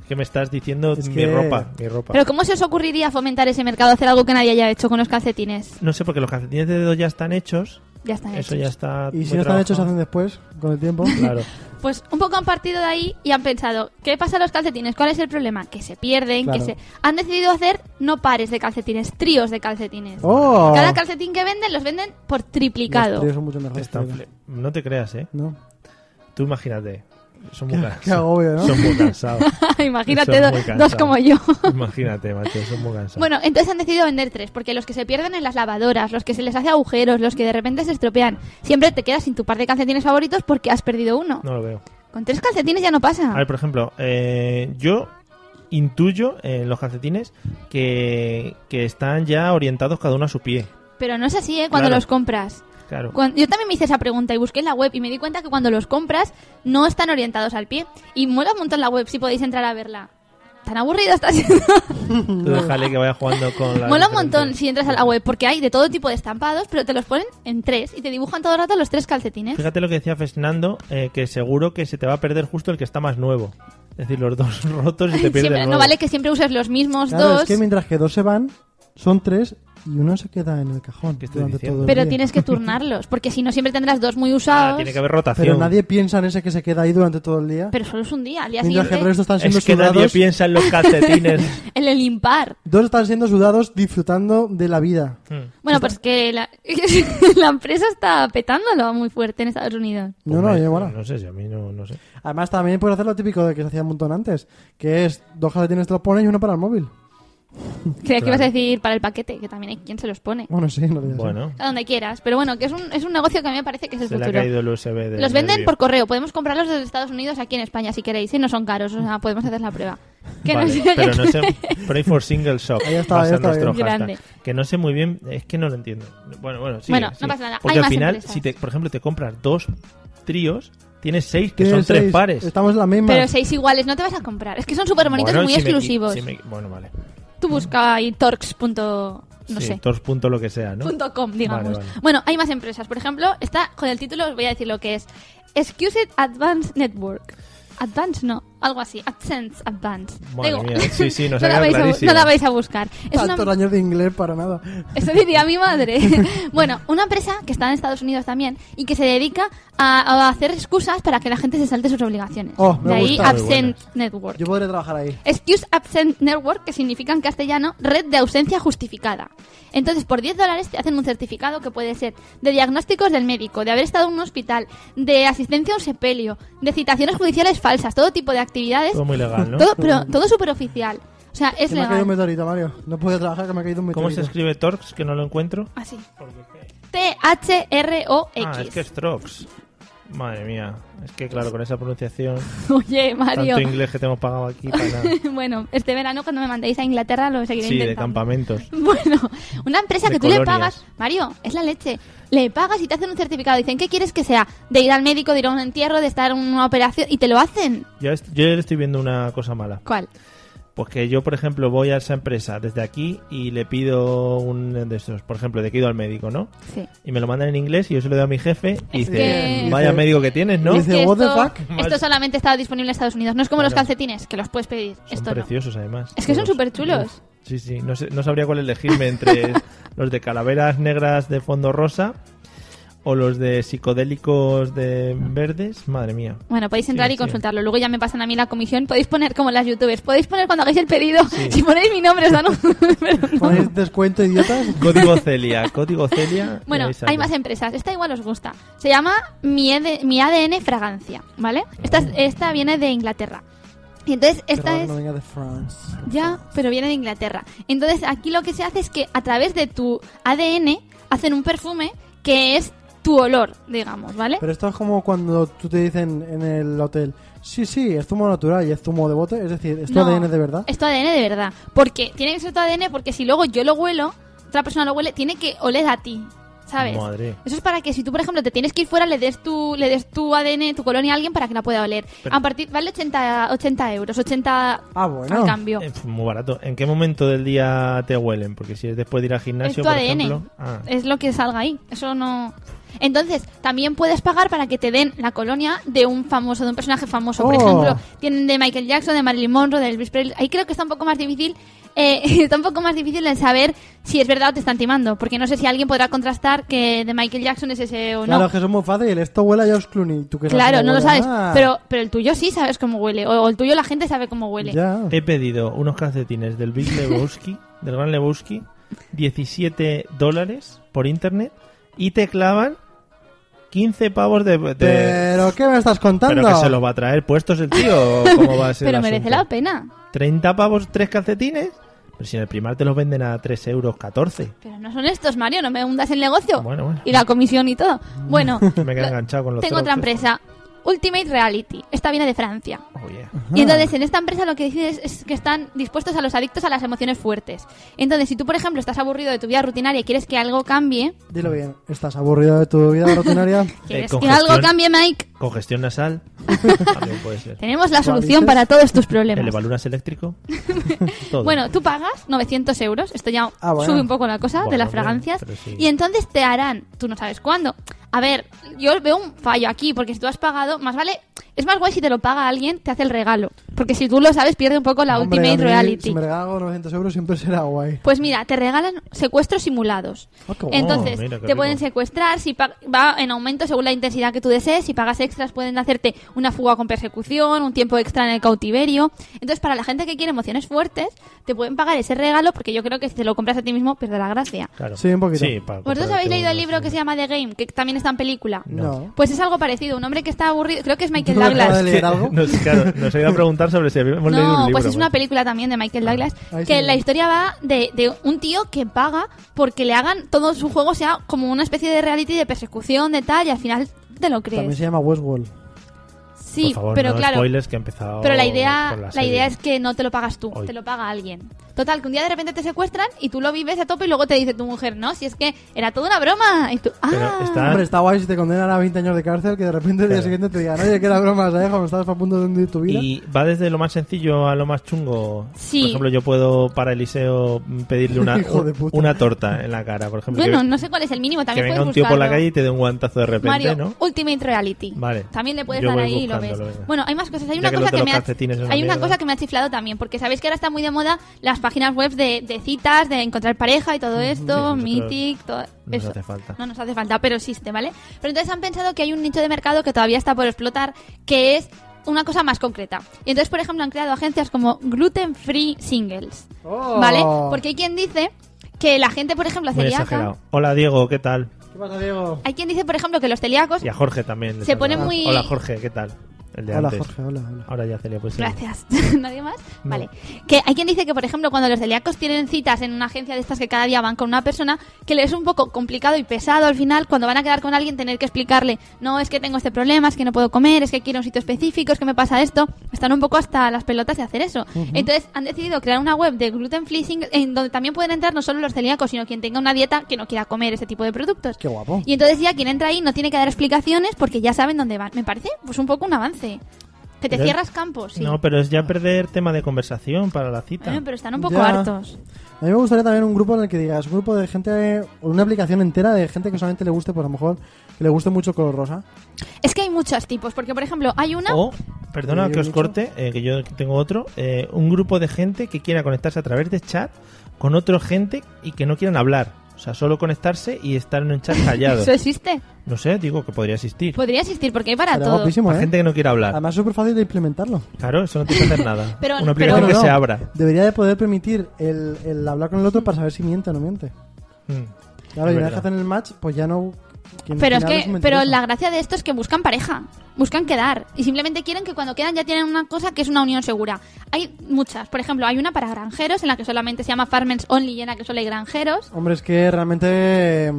¿Qué me estás diciendo?
Es
mi
que-
ropa, mi ropa.
Pero ¿cómo se os ocurriría fomentar ese mercado, hacer algo que nadie haya hecho con los calcetines?
No sé, porque los calcetines de dedo ya están hechos.
Ya están
Eso
Ah, hechos.
ya está.
Y si
muy
no están hechos,
trabajado.
se hacen después, con el tiempo.
Claro.
Pues un poco han partido de ahí y han pensado, ¿qué pasa a los calcetines? ¿Cuál es el problema? Que se pierden,
Claro.
que se... Han decidido hacer no pares de calcetines, tríos de calcetines.
*laughs* ¡Oh!
Cada calcetín que venden los venden por
Los
triplicado.
tríos son mucho mejores.
Están
creo.
fle- no te creas, ¿eh?
¿No?
Tú imagínate. Son muy cansados.
qué agobio, ¿no?
Son muy cansados.
*laughs* Imagínate
Son
do-
muy
dos
cansados. *laughs*
como yo.
imagínate, macho, son muy cansados.
Bueno, entonces han decidido vender tres, porque los que se pierden en las lavadoras, los que se les hace agujeros, los que de repente se estropean, siempre te quedas sin tu par de calcetines favoritos porque has perdido uno.
no lo veo.
Con tres calcetines ya no pasa.
A ver, por ejemplo, eh, yo intuyo en los calcetines que, que están ya orientados cada uno a su pie.
Pero no es así, ¿eh? Cuando
Claro.
los compras.
Claro.
Cuan- yo también me hice esa pregunta y busqué en la web y me di cuenta que cuando los compras no están orientados al pie. Y mola un montón la web si podéis entrar a verla. Tan aburrida está siendo.
Tú déjale que vaya jugando con la.
Mola un montón
diferente.
si entras a la web porque hay de todo tipo de estampados, pero te los ponen en tres y te dibujan todo el rato los tres calcetines.
Fíjate lo que decía Fernando, eh, que seguro que se te va a perder justo el que está más nuevo. Es decir, los dos *laughs* rotos
*laughs*
y te pierdes.
Siempre- no vale que siempre uses los mismos
Claro,
dos,
es que mientras que dos se van, son tres y uno se queda en el cajón
¿Qué estoy
durante
diciendo?
todo el
pero
día.
tienes que turnarlos, porque si no siempre tendrás dos muy
Ah,
usados.
tiene que haber rotación.
Pero nadie piensa en ese que se queda ahí durante todo el día.
Pero solo es un día, al día
mientras que el
siguiente
resto están siendo
es que nadie
sudados.
piensa en los calcetines.
*laughs*
el, el impar.
Dos están siendo sudados disfrutando de la vida.
Bueno, pues que la, *laughs* la empresa está petándolo muy fuerte en Estados Unidos.
No, no,
Hombre,
yo mola.
No sé, si a mí no, no sé.
Además, también puedes hacer lo típico de que se hacía un montón antes, que es dos calcetines te los pones y uno para el móvil.
Creía que
Claro.
ibas a decir para el paquete, que también hay quien se los pone.
Bueno, sí, no lo digas.
Bueno,
A donde quieras. Pero bueno, que es un, es un negocio que a mí me parece que es el
se le ha
futuro.
caído el USB de.
Los venden por correo. Podemos comprarlos desde Estados Unidos aquí en España si queréis. Y no son caros. O sea, podemos hacer la prueba. Que no sé-
pero
*laughs*
no sé. Pray for single shop.
*laughs* Ahí está,
va a
ahí
ser
está
nuestro
bien.
hashtag.
Grande.
Que no sé muy bien, es que no lo entiendo. Bueno, bueno, sí.
Bueno,
sí.
no pasa nada.
Porque
Hay
al
más
final,
empresas.
si te, por ejemplo, te compras dos tríos, tienes seis que
Tienes
son tres
seis.
pares.
Estamos en la misma.
Pero seis iguales no te vas a comprar. Es que son súper bonitos
Bueno,
y muy
si me-
exclusivos.
si me- bueno, vale.
Tú busca ahí torx. punto- No
sí,
sé.
Tors punto lo que sea, ¿no?
punto .com, digamos.
Vale, vale.
Bueno, hay más empresas. Por ejemplo, está con el título, os voy a decir lo que es. Excused Advanced Network. Advanced no, algo así. AdSense Advanced.
Madre
Da igual. *laughs*
mía, sí, sí, nos
no,
ha quedado
la vais a, bu-
clarísimo.
no la vais a buscar. Es una- em-,
Tantos años de inglés para nada.
eso diría mi madre. *laughs* bueno, una empresa que está en Estados Unidos también y que se dedica a, a hacer excusas para que la gente se salte sus obligaciones.
Oh, me
De ahí
gusta.
Absent Network.
Yo podré trabajar ahí.
Excuse Absent Network, que significa en castellano red de ausencia justificada. Entonces, por 10 dólares te hacen un certificado que puede ser de diagnósticos del médico, de haber estado en un hospital, de asistencia a un sepelio, de citaciones judiciales falsas, todo tipo de actividades.
Todo muy legal, ¿no?
Todo, pero todo súper oficial. O O sea, es
Que me ha caído un
legal.
meteorito, Mario. No puedo trabajar, que me ha caído un meteorito.
¿Cómo se escribe Torx? Que no lo encuentro.
Así. T-H-R-O-X.
Ah, es que es Trox. Madre mía. Es que claro, con esa
*laughs*
pronunciación,
*laughs* Oye, Mario.
tanto inglés que te hemos pagado aquí para nada.
*laughs* bueno, este verano cuando me mandéis a Inglaterra lo seguiré
Sí, de
intentando.
campamentos.
*laughs* Bueno, una empresa
De
que tú le
colonias.
pagas, Mario, es la leche. Le pagas y te hacen un certificado. Dicen, ¿qué quieres que sea? De ir al médico, de ir a un entierro, de estar en una operación. Y te lo hacen.
Yo, est- yo le estoy viendo una cosa mala.
¿Cuál?
Pues que yo, por ejemplo, voy a esa empresa desde aquí y le pido un de estos, por ejemplo, de que he ido al médico, ¿no?
Sí.
Y me lo mandan en inglés y yo se lo doy a mi jefe y
Es
dice,
que-
vaya médico que tienes, ¿no?
Y
Son
dice,
Que
"What the
esto,
fuck?"
esto solamente está disponible en Estados Unidos. No es como los
Claro.
calcetines, que los puedes pedir. esto no.
preciosos, además.
Es que son
Todos.
superchulos.
Uf, Sí, sí. No, sé- no sabría cuál elegirme
*laughs*
entre los de calaveras negras de fondo rosa o los de psicodélicos de verdes. Madre mía.
Bueno, podéis entrar
Sí,
y
sí.
consultarlo. Luego ya me pasan a mí la comisión. Podéis poner como las youtubers. Podéis poner cuando hagáis el pedido. Si ponéis mi nombre, os dan un... *laughs* Pero no.
¿Ponéis descuento, idiotas?
Código Celia, código Celia. y
Bueno,
ahí sale.
hay más empresas. Esta igual os gusta. Se llama Mi, ED Mi ADN Fragancia, ¿vale? Esta, es- esta viene de Inglaterra. Y entonces esta
Perdón,
es...
no venga de France.
Ya, pero viene de Inglaterra. Entonces aquí lo que se hace es que a través de tu ADN hacen un perfume que es tu olor, digamos, ¿vale?
Pero esto es como cuando tú te dicen en el hotel, sí, sí, es zumo natural y es zumo de bote, es decir, esto
No,
ADN de verdad.
Es tu ADN de verdad. Porque tiene que ser tu ADN porque si luego yo lo huelo, otra persona lo huele, tiene que oler a ti. ¿Sabes?
Madre.
Eso es para que si tú, por ejemplo, te tienes que ir fuera, le des tu, le des tu ADN, tu colonia a alguien para que la pueda oler.
Pero-
a partir, vale 80, 80 euros, 80
Ah, bueno.
al cambio.
Eh, pf, muy barato. ¿En qué momento del día te huelen? Porque si es después de ir al
Es
gimnasio,
tu
por
ADN.
ejemplo. Ah,
Es lo que salga ahí. Eso no. Entonces, también puedes pagar para que te den la colonia de un famoso, de un personaje famoso. Por
Oh.
ejemplo, tienen de Michael Jackson, de Marilyn Monroe, de Elvis Presley. Ahí creo que está un poco más difícil. eh, *laughs* está un poco más difícil el saber si es verdad o te están timando. Porque no sé si alguien podrá contrastar que de Michael Jackson es ese o no.
Claro, que eso es muy fácil, esto huele a George Clooney, tú que sabes
Claro,
cómo
no lo
huele?
sabes.
Ah,
Pero, pero el tuyo sí sabes cómo huele. O, o el tuyo la gente sabe cómo huele.
Ya.
He pedido unos calcetines del Big Lebowski, del Gran Lebowski, 17 dólares por internet y te clavan 15 pavos de. de-
¿Pero qué me estás contando?
¿Pero que se los va a traer puestos el tío. ¿o ¿Cómo va a ser el
Pero merece la
asunto?
pena.
30 pavos, 3 calcetines. Pero si en el primar te los venden a 3 euros 14.
Pero no son estos, Mario, no me hundas el negocio.
Bueno, bueno.
Y la comisión y todo. Bueno,
Me quedé enganchado con los
tengo otra
trotes.
empresa, Ultimate Reality. Esta viene de Francia.
Oh, yeah.
Y entonces en esta empresa lo que dicen es, es que están dispuestos a los adictos a las emociones fuertes. Entonces, si tú, por ejemplo, estás aburrido de tu vida rutinaria y quieres que algo cambie,
Dilo bien, ¿estás aburrido de tu vida
*laughs*
rutinaria?
quieres que
congestión.
algo cambie, Mike,
Congestión
*laughs*
nasal. También puede ser.
tenemos la
dices?
solución para todos tus problemas.
El evalunas eléctrico.
*laughs*
Todo.
Bueno, tú pagas 900 euros, esto ya
Ah, bueno.
sube un poco la cosa de
Bueno,
las
hombre,
fragancias,
pero sí.
y entonces te harán, tú no sabes cuándo. A ver, yo veo un fallo aquí, porque si tú has pagado, más vale, es más guay si te lo paga alguien, te hace el regalo, porque si tú lo sabes pierde un poco la
Hombre, a
Ultimate
mí,
Reality.
Si me regalo 900 euros siempre será guay.
Pues mira, te regalan secuestros simulados.
Ah, qué guay.
Entonces,
Oh, mira, qué
te
rico.
pueden secuestrar, si pa- va en aumento según la intensidad que tú desees, si pagas extras pueden hacerte una fuga con persecución, un tiempo extra en el cautiverio. Entonces, para la gente que quiere emociones fuertes, te pueden pagar ese regalo porque yo creo que si te lo compras a ti mismo pierde la gracia.
Claro.
Sí, un poquito.
Sí, para
¿Vosotros
compararte
habéis leído el
unos,
libro
sí.
que se llama The Game, que también está en película?
No.
Pues es algo parecido, un hombre que está aburrido, creo que es Michael
No me acaba
Douglas.
de
*laughs*
leer algo?
Nos, claro, nos ha ido a preguntar sobre si habíamos leído un
No,
libro. Ah,
pues es una
macho.
película también de Michael Douglas.
Ahí sí
Que
me-
la historia va de, de un tío que paga porque le hagan todo su juego sea como una especie de reality de persecución, de tal, y al final te lo
También
crees.
se llama Westworld.
Sí,
Por favor,
pero
no
claro.
spoilers que he empezado
Pero la idea,
con
la,
serie.
idea es que no te lo pagas tú,
Hoy.
te lo paga alguien. Total, que un día de repente te secuestran y tú lo vives a tope y luego te dice tu mujer, no, si es que era toda una broma. Y tú, ah,
Pero está-
Hombre, está guay si te condenan a 20 años de cárcel que de repente el día
Claro.
siguiente te digan, oye, que era broma, ¿sabes? Cuando estabas a punto de hundir tu vida.
Y va desde lo más sencillo a lo más chungo.
Sí.
Por ejemplo, yo puedo para Eliseo mm, pedirle
*laughs*
una,
Hijo de puta.
una torta en la cara, por ejemplo.
bueno,
que,
no sé cuál es el mínimo,
que
también
venga un
puedes
tío por la
buscarlo.
calle y te dé un guantazo de repente,
Mario,
¿no?
Ultimate Reality.
Vale.
También le puedes
Yo
dar
voy
ahí y lo ves.
buscándolo, venga.
Bueno, hay más cosas. Hay
Ya
una,
que lo
cosa
de
que,
los
me ha,
calcetines es una
hay una
mierda.
cosa que me ha chiflado también, porque sabéis que ahora está muy de moda las páginas web de, de citas, de encontrar pareja y todo esto,
nosotros
Mythic, todo
nos
eso.
hace falta.
No nos hace falta, pero existe, ¿vale? Pero entonces han pensado que hay un nicho de mercado que todavía está por explotar, que es una cosa más concreta. Y entonces, por ejemplo, han creado agencias como Gluten Free Singles,
Oh.
¿vale? Porque hay quien dice que la gente, por ejemplo,
Muy
celíaca...
exagerado. Hola, Diego, ¿qué tal?
¿Qué pasa, Diego?
Hay quien dice, por ejemplo, que los celíacos
Y a Jorge también. le
Se
saluda.
pone muy-
Hola, Jorge, ¿qué tal? El de
Hola,
antes.
Jorge, hola, hola.
Ahora ya, Celia, pues sí.
Gracias. *laughs* ¿Nadie más?
No.
Vale. Que hay quien dice que, por ejemplo, cuando los celíacos tienen citas en una agencia de estas que cada día van con una persona, que les es un poco complicado y pesado al final, cuando van a quedar con alguien, tener que explicarle, no, es que tengo este problema, es que no puedo comer, es que quiero un sitio específico, es que me pasa esto. Están un poco hasta las pelotas de hacer eso. Entonces, han decidido crear una web de gluten free sing- en donde también pueden entrar no solo los celíacos, sino quien tenga una dieta que no quiera comer ese tipo de productos.
Qué guapo.
Y entonces ya quien entra ahí no tiene que dar explicaciones porque ya saben dónde van. Me parece pues un poco un avance. Que te
Ya-
cierras campos, sí.
No, pero es ya perder tema de conversación para la cita.
Bueno, pero están un poco
Ya.
hartos.
A mí me gustaría también un grupo en el que digas, un grupo de gente, o una aplicación entera de gente que solamente le guste, por a lo mejor, que le guste mucho el color rosa.
Es que hay muchos tipos, porque por ejemplo, hay una.
O, perdona
Yo
que os
mucho.
corte, eh, que yo tengo otro, eh, un grupo de gente que quiera conectarse a través de chat con otra gente y que no quieran hablar. O sea, solo conectarse y estar en un chat callado.
*laughs* Eso Pues, existe.
No sé, digo que podría existir.
Podría existir, porque hay para
Estaría
todo.
guapísimo,
Para
¿eh?
gente que no quiera hablar.
Además, es súper fácil de implementarlo.
Claro, eso no tiene que hacer nada.
*laughs* Pero-
Una
pero-
aplicación
No,
que
no,
se
no.
abra.
Debería de poder permitir el, el hablar con el otro para saber si miente o no miente.
Mm.
Claro,
Es
y una
verdad.
vez que hacen el match, pues ya no... quien- quien
Pero es
hable un
que, pero
mentiroso.
la gracia de esto es que buscan pareja, buscan quedar y simplemente quieren que cuando quedan ya tienen una cosa que es una unión segura. Hay muchas, por ejemplo, hay una para granjeros en la que solamente se llama Farmers Only y en la que solo hay granjeros.
Hombre, es que realmente... eh,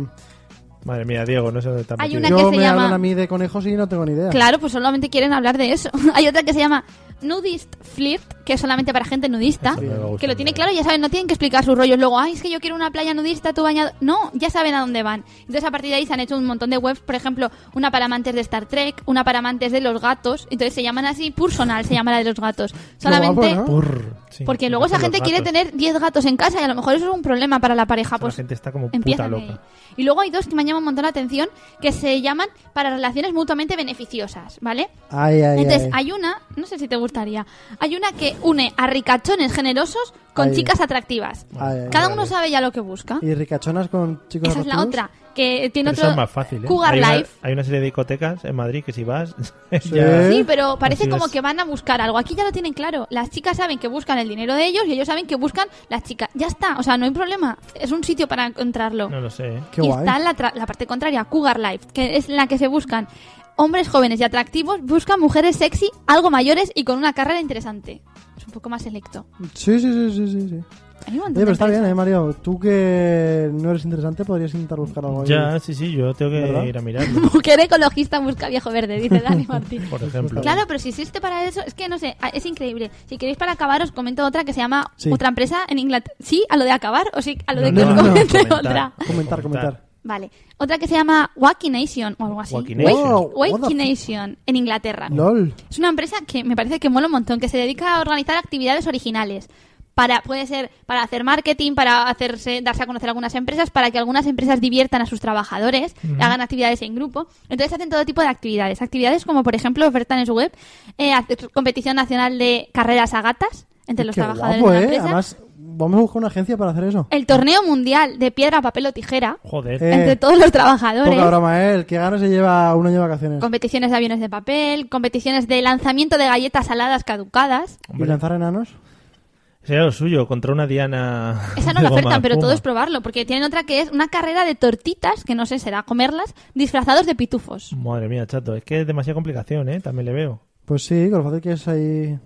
Madre mía, Diego, no sé dónde está
Hay
metido.
una que
Yo
se
me
llama-
hablan a mí de conejos y no tengo ni idea.
Claro, pues solamente quieren hablar de eso. *laughs* hay otra que se llama Nudist Flirt, que es solamente para gente nudista.
Eso me va a gustar,
que lo tiene
me
claro, ya saben, no tienen que explicar sus rollos luego, ay, es que yo quiero una playa nudista, tú bañado. No, ya saben a dónde van. Entonces, a partir de ahí se han hecho un montón de webs, por ejemplo, una para amantes de Star Trek, una para amantes de los gatos. Entonces, se llaman así, personal, se llama la de los gatos. Solamente
guapo, ¿no?
Purr. Sí,
porque luego esa
los
gente quiere
gatos.
tener 10 gatos en casa y a lo mejor eso es un problema para la pareja,
O sea,
pues
la gente está como puta
empiezan
loca.
ahí. Y luego hay dos que me han llamado un montón la atención que se llaman para relaciones mutuamente beneficiosas, ¿vale?
Ay, ay,
Entonces,
ay.
hay una, no sé si te gustaría, hay una que une a ricachones generosos con
Ay.
chicas atractivas.
Ay, ay,
Cada
ay.
uno sabe ya lo que busca.
Y ricachonas con chicos
Esa es la
atractivos.
otra, que
Pero
tiene otro
eso es más fácil, ¿eh?
Cougar
hay,
Life.
Una, hay una serie de discotecas en Madrid que si vas... *laughs*
Sí.
ya-
Sí, pero parece
Así
como
es.
que van a buscar algo. Aquí ya lo tienen claro. Las chicas saben que buscan el dinero de ellos y ellos saben que buscan las chicas. Ya está, o sea, no hay problema. Es un sitio para encontrarlo.
No lo sé, ¿eh?
Qué
y
guay.
está la, tra- la parte contraria, Cougar Life, que es en la que se buscan hombres jóvenes y atractivos, buscan mujeres sexy, algo mayores y con una carrera interesante. Es un poco más selecto.
Sí, sí, sí, sí, sí. sí.
Hay un montón
Oye,
de
pero está bien,
empresas.
eh, Mario. Tú que no eres interesante, podrías intentar buscar algo ahí.
Ya, sí, sí, yo tengo que
¿Verdad?
ir a
¿eh?
mirarlo,
*laughs* Mujer ecologista busca viejo verde, dice
*laughs*
Dani Martín.
por ejemplo.
Claro, pero si existe para eso, es que no sé, a- es increíble. Si queréis para acabar, os comento otra que se llama
Sí.
otra empresa en Inglaterra. Sí, a lo de acabar o sí, a lo de
No,
que
no,
os
no, no,
comente
comentar.
otra.
Comentar, comentar.
Vale, otra que se llama Wacky Nation o algo así.
Wacky
Wow,
Wake
Oh, what the f-
Nation en Inglaterra.
LOL.
Es una empresa que me parece que mola un montón, que se dedica a organizar actividades originales. Para, puede ser para hacer marketing, para hacerse, darse a conocer algunas empresas, para que algunas empresas diviertan a sus trabajadores, hagan actividades en grupo. Entonces hacen todo tipo de actividades. Actividades como, por ejemplo, ofertan en su web eh, hacer competición nacional de carreras a gatas entre los
Qué
trabajadores
guapo,
de la
eh.
empresa.
Además, vamos a buscar una agencia para hacer eso.
El torneo mundial de piedra, papel o tijera
Joder.
Eh,
entre todos los trabajadores.
Poca broma, eh. El que gana se lleva un año de vacaciones.
Competiciones de aviones de papel, competiciones de lanzamiento de galletas saladas caducadas.
¿Y lanzar enanos?
Sería lo suyo, contra una diana... *laughs*
Esa no
de
la
goma
ofertan, pero
espuma.
todo es probarlo, porque tienen otra que es una carrera de tortitas, que no sé, será comerlas, disfrazados de pitufos.
Madre mía, chato, es que es demasiada complicación, ¿eh? También le veo.
Pues sí, con lo fácil que es ahí.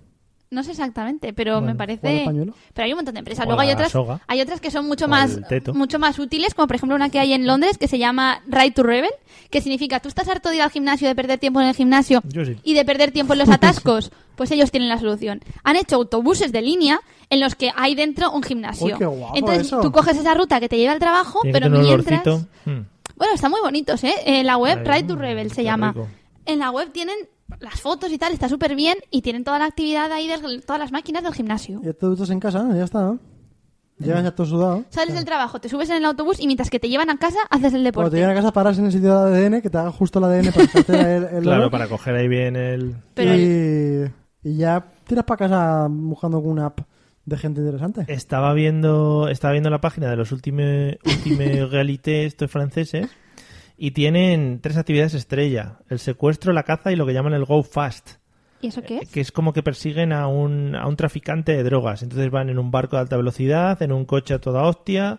No sé exactamente, pero
Bueno,
me parece...
¿cuál es pañuelo?
Pero hay un montón de
O
empresas. Luego
la
hay otras,
soga.
hay otras que son mucho
O
más,
el teto.
mucho más útiles, como por ejemplo una que hay en Londres que se llama Ride to Rebel, que significa, tú estás harto de ir al gimnasio, de perder tiempo en el gimnasio
Yo sí.
y de perder tiempo en los atascos. Pues ellos tienen la solución. Han hecho autobuses de línea en los que hay dentro un gimnasio.
Uy, qué guapo
Entonces
eso.
tú coges esa ruta que te lleva al trabajo,
Tiene que
pero
tener un
mientras...
olorcito. Mm.
Bueno, están muy bonitos, ¿eh? En la web
Ay, mm,
Ride to Rebel se
qué
llama.
rico.
En la web tienen las fotos y tal, está súper bien y tienen toda la actividad ahí, de todas las máquinas del gimnasio.
Ya te duchas en casa, ya está. ¿no? Llegas ya todo sudado.
Sales del trabajo, te subes en el autobús y mientras que te llevan a casa haces
Cuando
el
te
deporte.
llegan a casa, paras en el sitio del ADN, que te haga justo el ADN
*laughs*
para hacer el, el
Claro,
olor.
para coger ahí bien el...
Pero el-
y, y ya tiras para casa buscando alguna app de gente interesante.
Estaba viendo, estaba viendo la página de los últimos
*laughs*
realité estos franceses y tienen tres actividades estrella. El secuestro, la caza y lo que llaman el go fast.
¿Y eso qué es?
que es como que persiguen a un, a un traficante de drogas. Entonces van en un barco de alta velocidad, en un coche a toda hostia,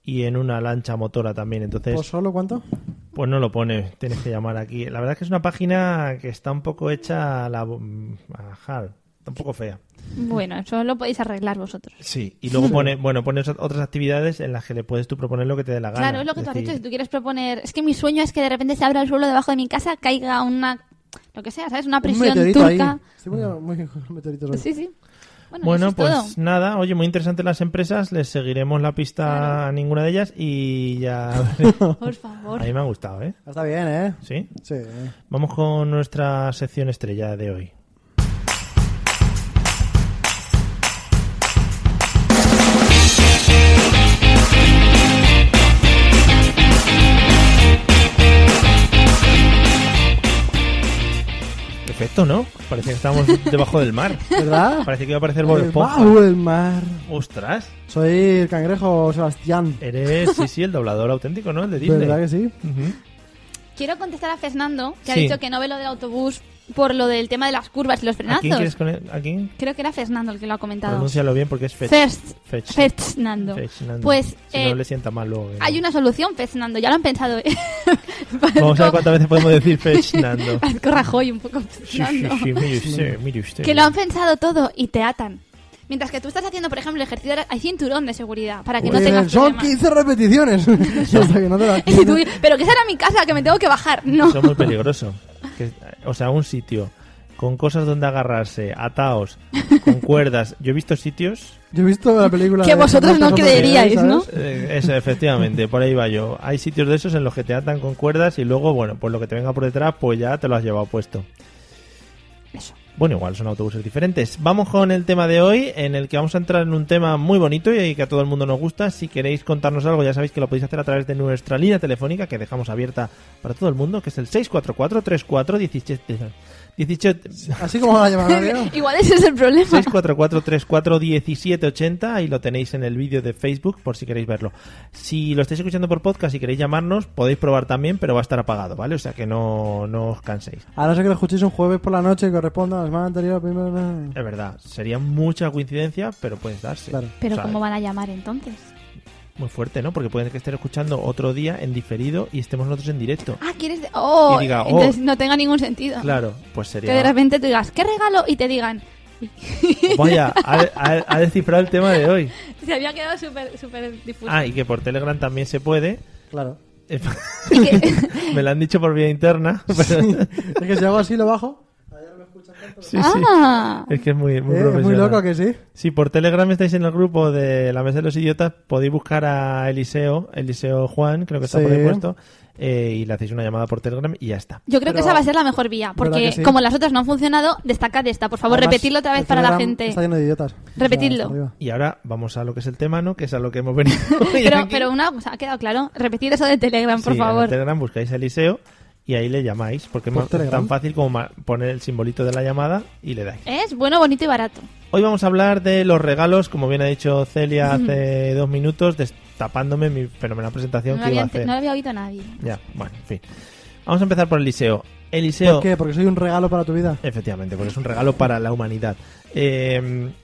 y en una lancha motora también. Entonces,
Pues-
¿Por solo cuánto?
pues no lo pone, tienes que llamar aquí. La verdad es que es una página que está un poco hecha a la a hard, está un poco fea.
Bueno, eso lo podéis arreglar vosotros.
Sí, y luego pone, bueno, pone esas otras actividades en las que le puedes tú proponer lo que te dé la gana.
Claro, es lo que tú has
decir,
dicho. Si tú quieres proponer. Es que mi sueño es que de repente se abra el suelo debajo de mi casa, caiga una. Lo que sea, ¿sabes? Una
un
prisión
meteorito
turca.
ahí. Estoy muy, muy *laughs* un meteorito hoy.
Sí, sí. Bueno,
Bueno,
eso es todo.
pues nada, oye, muy interesante las empresas, les seguiremos la pista a ninguna de ellas y ya... *laughs* a
Por favor.
mí me ha gustado, ¿eh?
Está bien, ¿eh?
Sí.
*laughs*
Sí.
Vamos con nuestra sección estrella de hoy. Perfecto, ¿no? Parece que
*laughs*
estamos debajo del mar.
¿Verdad?
Parece que iba a aparecer Bob
El
Esponja.
bajo del mar.
Ostras,
Soy el cangrejo Sebastián.
eres, sí, sí, el doblador auténtico, ¿no? El de Disney.
¿Verdad que sí?
Ujú.
Quiero contestar a Fernando, que ha
Sí.
dicho que no ve lo del autobús por lo del tema de las curvas y los
¿A quién quieres
frenazos.
con ¿A quién?
Creo que era Fernando el que lo ha comentado.
Pronúncialo bien porque es Fetch.
First,
Fetch.
Fernando.
Fernando.
Pues
si
eh,
no le sienta mal luego. que no.
hay una solución, Fernando. Ya lo han pensado. ¿eh?
*laughs* Vamos a ver
Parezco-
cuántas veces podemos decir
*laughs*
Fernando.
Parezco Rajoy un poco
Sí, sí,
Fernando.
sí, mire usted, mire usted.
Que lo han pensado todo y te atan. Mientras que tú estás haciendo, por ejemplo, ejercicio, de- hay cinturón de seguridad para que no
Dicen,
tengas
Son
problemas. *laughs*
15 repeticiones. *laughs* Hasta que no te la
Y tú, pero que esa era mi casa, que me tengo que bajar. No.
Eso es muy peligroso. Que- o sea, un sitio con cosas donde agarrarse, ataos,
*laughs*
con cuerdas. Yo he visto sitios...
Yo he visto la película.
Que
de
vosotros no
Fantasmas
creeríais,
Sociales,
¿no?
¿sabes?
eh, eso, efectivamente, por ahí va yo. Hay sitios de esos en los que te atan con cuerdas y luego, bueno, pues lo que te venga por detrás, pues ya te lo has llevado puesto.
Eso.
Bueno, igual son autobuses diferentes. Vamos con el tema de hoy, en el que vamos a entrar en un tema muy bonito y que a todo el mundo nos gusta. Si queréis contarnos algo, ya sabéis que lo podéis hacer a través de nuestra línea telefónica que dejamos abierta para todo el mundo, que es el 644 34 17 17
Así como la
*laughs*
llaman, ¿no?
Igual ese es el problema.
644-341780, ahí lo tenéis en el vídeo de Facebook por si queréis verlo. Si lo estáis escuchando por podcast y queréis llamarnos, podéis probar también, pero va a estar apagado, ¿vale? O sea que no, no os canséis.
A no ser que lo escuchéis un jueves por la noche y corresponda a la semana anterior. primero, no.
Es verdad, sería mucha coincidencia, pero puede darse.
Claro.
Pero
O sea,
¿cómo van a llamar entonces?
Muy fuerte, ¿no? Porque pueden que estar escuchando otro día en diferido y estemos nosotros en directo.
Ah, ¿quieres...? de- Oh,
Y diga, oh.
entonces no tenga ningún sentido.
Claro, pues
Que de
sería...
repente tú digas, ¿qué regalo? Y te digan, *laughs*
Vaya, ha, ha- ha descifrado el tema de hoy.
se había quedado súper súper difuso.
Ah, y que por Telegram también se puede.
Claro.
Y que-
*laughs* Me lo han dicho por vía interna. pero-
Es que si hago así, lo bajo.
*laughs* Sí, sí.
ah,
Es que es muy, muy
Eh, es muy
profesional.
loco que sí.
Si por Telegram estáis en el grupo de la Mesa de los Idiotas, podéis buscar a Eliseo, Eliseo Juan, creo que está
Sí.
por ahí puesto, eh, y le hacéis una llamada por Telegram y ya está.
yo creo que
Pero-
esa va a ser la mejor vía, porque
que sí?
como las otras no han funcionado, destacad esta. Por favor,
Además,
repetidlo otra vez
el
para la
Telegram
gente.
Está
*laughs*
lleno de idiotas. O sea,
Repetidlo.
hasta arriba.
Y ahora vamos a lo que es el tema, ¿no? Que es a lo que hemos
*laughs*
venido. hoy
Pero,
aquí.
pero una cosa, ha quedado claro. Repetir eso de Telegram, por
Sí, En el
favor.
Telegram buscáis a Eliseo y ahí le llamáis, porque es
Por
más-
Telegram.
tan fácil como ma- poner el simbolito de la llamada y le dais.
Es bueno, bonito y barato.
Hoy vamos a hablar de los regalos, como bien ha dicho Celia hace dos minutos, destapándome mi fenomenal
No
presentación que
lo,
iba
había,
a hacer.
no lo había oído nadie.
Ya, bueno, en fin. Vamos a empezar por Eliseo. Eliseo,
¿Por qué? Porque soy un regalo para tu vida.
efectivamente, porque es un regalo para la humanidad. Eh,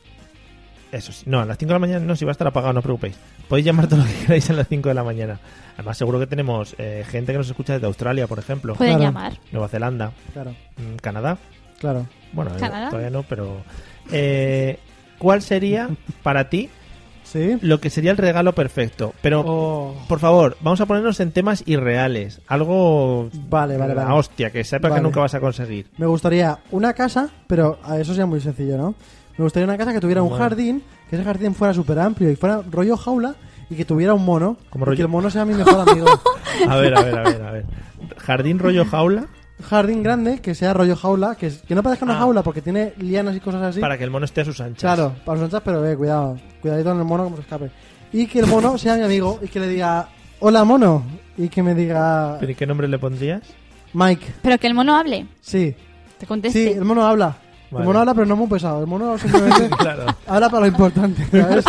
eso sí, no, a las 5 de la mañana no, si va a estar apagado, no os preocupéis. Podéis llamar todo lo que queráis a las 5 de la mañana. Además, seguro que tenemos eh, gente que nos escucha desde Australia, por ejemplo,
Pueden
Claro.
llamar.
Nueva Zelanda,
Claro,
mm, Canadá.
claro.
Bueno, eh,
Canadá.
todavía no, pero. eh, ¿Cuál sería para ti
¿Sí?
lo que sería el regalo perfecto? Pero
Oh.
Por favor, vamos a ponernos en temas irreales. Algo.
Vale, vale,
la
vale.
hostia, que sepa que
Vale.
nunca vas a conseguir.
Me gustaría una casa, pero a eso sería muy sencillo, ¿no? Me gustaría una casa que tuviera un
Bueno.
jardín, que ese jardín fuera súper amplio y fuera rollo jaula y que tuviera un mono.
Como
y
rollo-
que el mono sea mi mejor
*laughs*
amigo.
A ver, a ver, a ver, a ver. Jardín rollo jaula
jardín grande, que sea rollo jaula, que, es- que no parezca una
Ah.
jaula porque tiene lianas y cosas así.
para que el mono esté a sus anchas.
Claro, para sus anchas, pero eh, cuidado. Cuidadito con el mono como se escape. Y que el mono sea mi amigo y que le diga, hola mono. Y que me diga,
¿Pero y qué nombre le pondrías?
Mike,
Pero que el mono hable,
sí.
te
Sí,
conteste.
el mono habla.
Vale.
El mono habla, pero no muy pesado. El mono simplemente
*laughs* Claro.
habla para
*laughs*
lo *laughs* importante, ¿sabes?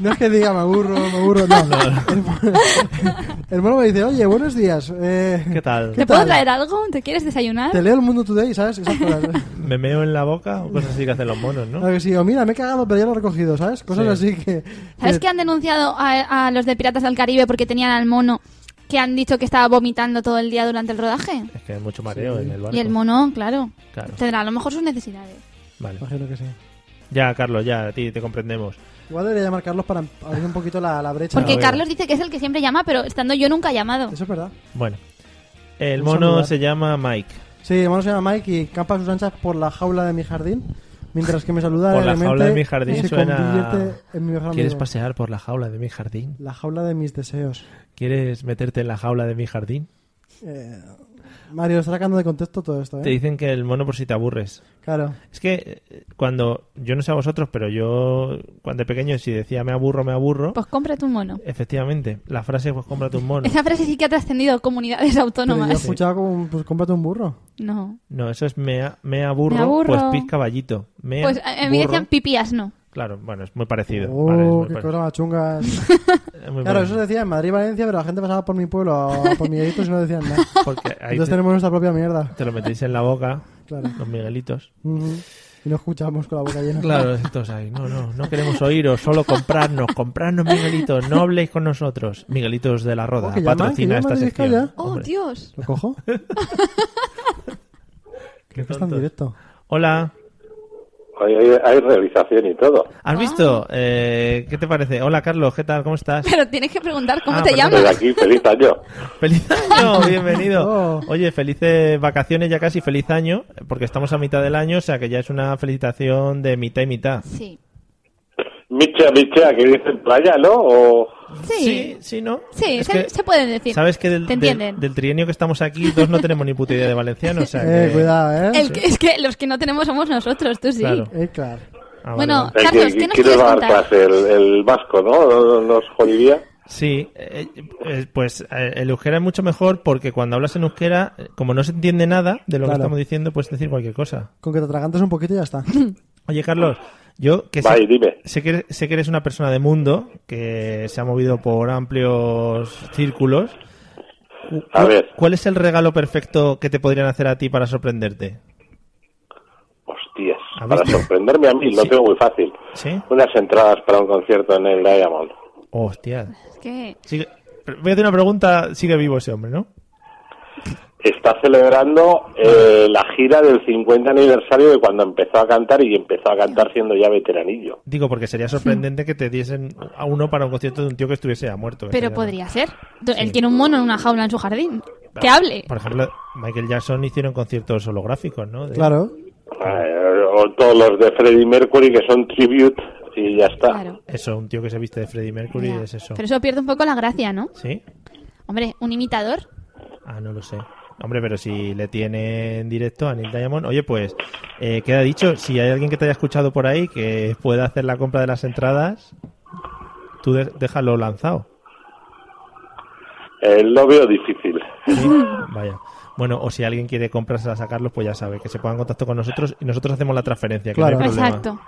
No es que diga me aburro, me aburro, no. El, mono, *laughs* El mono me dice, oye, buenos días. eh,
¿Qué tal?
¿Te puedo traer algo? ¿Te quieres desayunar?
Te leo el mundo today, ¿sabes? Esas cosas.
¿Me meo en la boca o cosas así que hacen los monos, no?
A ver, sí, o mira, me he cagado, pero ya lo he recogido, ¿sabes? Cosas
Sí.
así que.
¿Sabes que han denunciado a, a los de Piratas del Caribe porque tenían al mono que han dicho que estaba vomitando todo el día durante el rodaje?
Es que hay mucho mareo en el barco.
Y el mono, claro,
Claro.
tendrá a lo mejor sus necesidades.
Vale.
Imagino que sí.
Ya, Carlos, ya, a ti te comprendemos.
Igual debería llamar Carlos para abrir un poquito la, la brecha.
Porque
Claro.
Carlos dice que es el que siempre llama, pero estando yo nunca he llamado.
Eso es verdad.
Bueno. El
Un Ah,
mono
saludar.
se llama Mike.
Sí, mi hermano se llama Mike y campa sus anchas por la jaula de mi jardín. Mientras que me saluda
Por la
alegremente
jaula de mi jardín
y se
suena-
convierte en mi mejor amigo.
¿Quieres pasear por la jaula de mi jardín?
La jaula de mis deseos.
¿Quieres meterte en la jaula de mi jardín?
Eh, Mario, está sacando de contexto todo esto, ¿eh?
Te dicen que el mono por si te aburres.
Claro.
Es que eh, cuando, yo no sé a vosotros, pero yo cuando de pequeño si decía me aburro, me aburro,
Pues cómprate un mono.
efectivamente, la frase pues cómprate un
*laughs*
mono.
Esa frase sí que ha trascendido comunidades
Pero yo
autónomas.
escuchaba como, pues cómprate un burro.
No.
No, eso es me, a- me aburro,
Me aburro.
pues pis caballito. Me
Pues a a mí me
burro.
decían pipías, no.
Claro, bueno, es muy parecido.
Oh,
vale, es muy
qué
pare-
cosa
*laughs*
más chunga.
es muy
claro, eso
parecido.
se decía en Madrid y Valencia, pero la gente pasaba por mi pueblo, por Miguelitos y no decían nada.
Porque ahí
Entonces
te,
tenemos nuestra propia mierda.
te lo metéis en la boca,
Claro.
los miguelitos.
Ujú. Y nos escuchamos con la boca
*laughs*
llena.
Claro, entonces ahí, no, no, no queremos oíros, solo comprarnos, comprarnos Miguelitos, no habléis con nosotros. Miguelitos de la Roda,
Oh, que llaman,
patrocina
que
esta
llaman de
sección.
Vizcaya.
¡Oh,
Hombre,
Dios!
¿Lo cojo?
qué
Está en
tontos.
directo.
Hola,
Hay, hay- hay realización y todo.
¿has visto? Eh, ¿Qué te parece? Hola, Carlos, ¿qué tal? ¿Cómo
*laughs*
estás?
Pero tienes que preguntar cómo
Ah,
te
perdón.
llamas.
Desde aquí, feliz año.
¡Feliz año! Bienvenido.
Oh.
Oye, felices vacaciones ya casi, feliz año, porque estamos a mitad del año, o sea que ya es una felicitación de mitad y mitad.
Sí.
Micha, Micha, que dicen playa, ¿no? O... eh,
Sí.
sí, sí, ¿no?
Sí,
Es
se,
que-
se pueden decir.
¿Sabes que del,
Te
del-
entienden.
del trienio que estamos aquí, dos no tenemos ni puta idea de valenciano? O
*laughs*
sea
Eh,
que-
cuidado, ¿eh?
El que- es que los que no tenemos somos nosotros, tú sí.
Claro.
Eh, claro.
Ah, vale,
Bueno,
vale.
Eh,
Carlos,
que-
¿qué nos
¿quién
quieres
va a dar
contar?
clase? El, el vasco, ¿no? Nos jodiría.
Sí, eh, eh, pues eh, el euskera es mucho mejor porque cuando hablas en euskera, eh, como no se entiende nada de lo que
Claro.
estamos diciendo, puedes decir cualquier cosa.
Con que te atragantes un poquito y ya está.
Oye, Carlos, yo que
Vaya,
sé,
dime.
sé que eres, sé que eres una persona de mundo, que se ha movido por amplios círculos. Cu-
A
cu-
ver.
¿Cuál es el regalo perfecto que te podrían hacer a ti para sorprenderte?
Hostias,
¿Ha
para
visto?
sorprenderme a mí lo
Sí.
tengo muy fácil.
¿Sí?
Unas entradas para un concierto en el Diamond.
Hostia.
Es que
Sigue- Voy a hacer una pregunta, sigue vivo ese hombre, ¿no?
Está celebrando eh, la gira del 50 aniversario de cuando empezó a cantar y empezó a cantar siendo ya veteranillo.
Digo, porque sería sorprendente que te diesen a uno para un concierto de un tío que estuviese ya muerto. que
Pero
sería-
podría ser. Du- Él tiene un mono en una jaula en su jardín. Que hable.
Por ejemplo, Michael Jackson hicieron conciertos holográficos, ¿no? De-
Claro.
Ah.
Eh, o todos los de Freddie Mercury que son tribute y ya está.
Claro.
Eso, un tío que se viste de Freddie Mercury
Ya.
es eso.
Pero eso pierde un poco la gracia, ¿no?
¿Sí?
Hombre, un imitador.
Ah, no lo sé. Hombre, pero si le tiene en directo a Neil Diamond, oye, pues eh, queda dicho, si hay alguien que te haya escuchado por ahí que pueda hacer la compra de las entradas, tú de- déjalo lanzado.
Eh, lo veo difícil.
*laughs*
Sí, Vaya. Bueno, o si alguien quiere comprarse a sacarlos, pues ya sabe, que se ponga en contacto con nosotros y nosotros hacemos la transferencia. que no hay
Claro.
problema.
Exacto.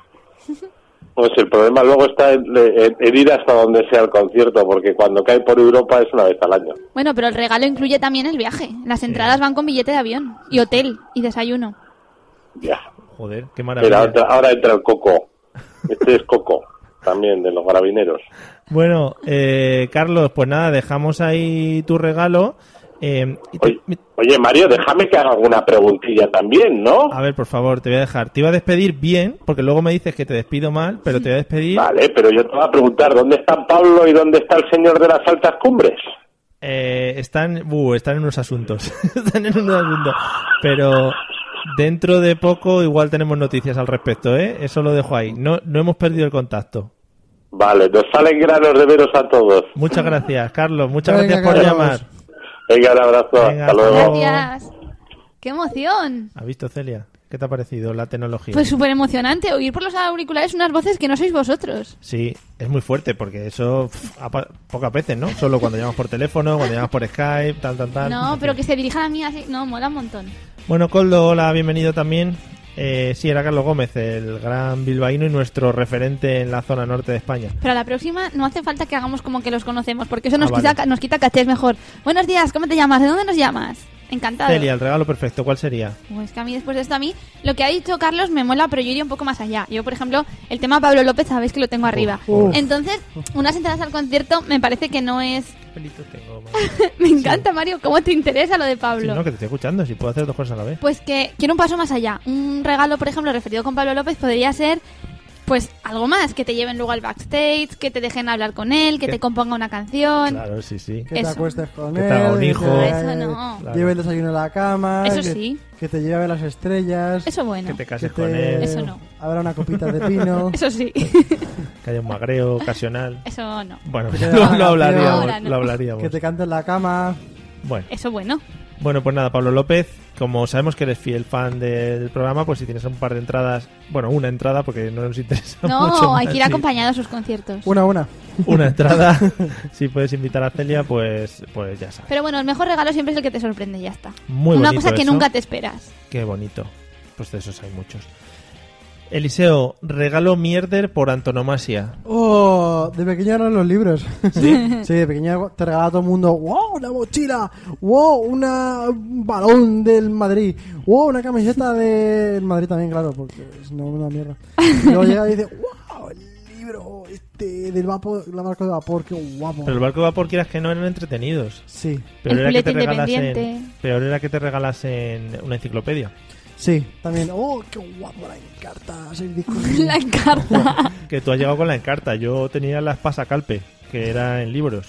Pues el problema luego está en, en- en ir hasta donde sea el concierto, porque cuando cae por Europa es una vez al año.
Bueno, pero el regalo incluye también el viaje. Las entradas van con billete de avión y hotel y desayuno.
Ya.
Joder, qué
Pero
maravilla.
ahora, ahora entra el coco. Este es coco, también de los gravineros.
Bueno, eh, Carlos, pues nada, dejamos ahí tu regalo. Eh, y te-
Oye, oye, Mario, déjame que haga alguna preguntilla también, ¿no?
a ver, por favor, te voy a dejar. Te iba a despedir bien, porque luego me dices que te despido mal, pero te voy a despedir.
Vale, pero yo te voy a preguntar, ¿dónde está Pablo y dónde está el señor de las altas cumbres?
Eh, están, uh, están en unos asuntos. *laughs* están en unos asuntos. Pero dentro de poco igual tenemos noticias al respecto, ¿eh? Eso lo dejo ahí. No, no hemos perdido el contacto.
Vale, nos salen granos de veros a todos.
Muchas gracias, Carlos. Muchas
Venga,
gracias por
Carlos.
llamar.
Venga, un abrazo,
Venga,
hasta luego.
hasta luego.
Gracias. ¡Qué emoción!
¿Has visto, Celia? ¿Qué te ha parecido la tecnología?
Pues súper emocionante oír por los auriculares unas voces que no sois vosotros.
Sí, es muy fuerte porque eso pf, a pa- pocas veces, ¿no? Solo cuando llamas por teléfono, cuando llamas por Skype, tal, tal, tal.
No, pero que se dirijan a mí así. No, mola un montón.
Bueno, Coldo, hola, bienvenido también. Eh, sí, era Carlos Gómez, el gran bilbaíno y nuestro referente en la zona norte de España.
Pero a la próxima no hace falta que hagamos como que los conocemos, porque eso
Ah,
nos,
vale.
quita, nos quita caché, es mejor. Buenos días, ¿cómo te llamas? ¿De dónde nos llamas? Encantado.
Celia, el regalo perfecto, ¿cuál sería?
Pues que a mí después de esto, a mí lo que ha dicho Carlos me mola, pero yo iría un poco más allá. Yo, por ejemplo, el tema Pablo López, sabéis que lo tengo arriba.
uf.
Entonces, unas entradas al concierto me parece que no es... *laughs*
tengo,
Me encanta, Mario, cómo te interesa lo de Pablo.
no, que te estoy escuchando, si puedo hacer dos cosas a la vez.
Pues que quiero un paso más allá. Un regalo, por ejemplo, referido con Pablo López podría ser pues algo más, que te lleven luego al backstage, que te dejen hablar con él, que
Que-
te componga una canción.
Claro, sí, sí.
Que te
Eso.
acuestes con
Que
él.
te haga un hijo.
que
Eso no.
Lleve el desayuno a la cama.
Eso
que-
sí.
Que te lleve a las estrellas.
Eso bueno.
Que te
que
cases
te-
con él,
Eso no.
Habrá una copita
*laughs*
de vino.
Eso sí. *laughs*
que haya un magreo ocasional.
Eso no.
Bueno,
Que te
*laughs* lo,
haga
lo hablaríamos,
Ahora no.
lo hablaríamos.
que te cante en la cama.
Bueno.
Eso bueno.
Bueno, pues nada, Pablo López, como sabemos que eres fiel fan del programa, pues si tienes un par de entradas, bueno, una entrada, porque no nos interesa mucho.
No, hay
más,
que ir
sí.
acompañado a sus conciertos.
Una, una.
Una entrada, *laughs* si puedes invitar a Celia, pues, pues ya sabes.
Pero bueno, el mejor regalo siempre es el que te sorprende, ya está.
Muy
una
bonito
cosa que
eso.
nunca te esperas.
Qué bonito. Pues de esos hay muchos. Eliseo, regalo mierder por antonomasia.
Oh, de pequeño eran los libros. *laughs* Sí, de pequeño te regalaba todo el mundo. ¡Wow! Una mochila. ¡Wow! Una, un balón del Madrid. ¡Wow! Una camiseta del Madrid también, claro, porque es no una mierda. Y luego llega y dice: ¡Wow! El libro este del vapor, la marca de vapor, qué guapo.
Pero el barco de vapor, quieras que no, eran entretenidos.
Sí,
Peor
El
era, que te
filete
regalasen,
independiente.
peor era que te regalasen una enciclopedia.
sí, también. ¡Oh! ¡Qué guapo la encarta! soy de Coruña.
*laughs* La encarta.
Que tú has llegado con la encarta. Yo tenía la pasacalpe, que era en libros.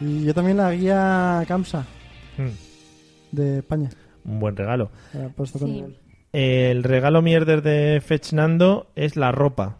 Y yo también la guía Camsa
Mm,
de España.
un buen regalo.
Eh, por esto con
Sí.
nivel.
El regalo mierder de Fechnando es la ropa.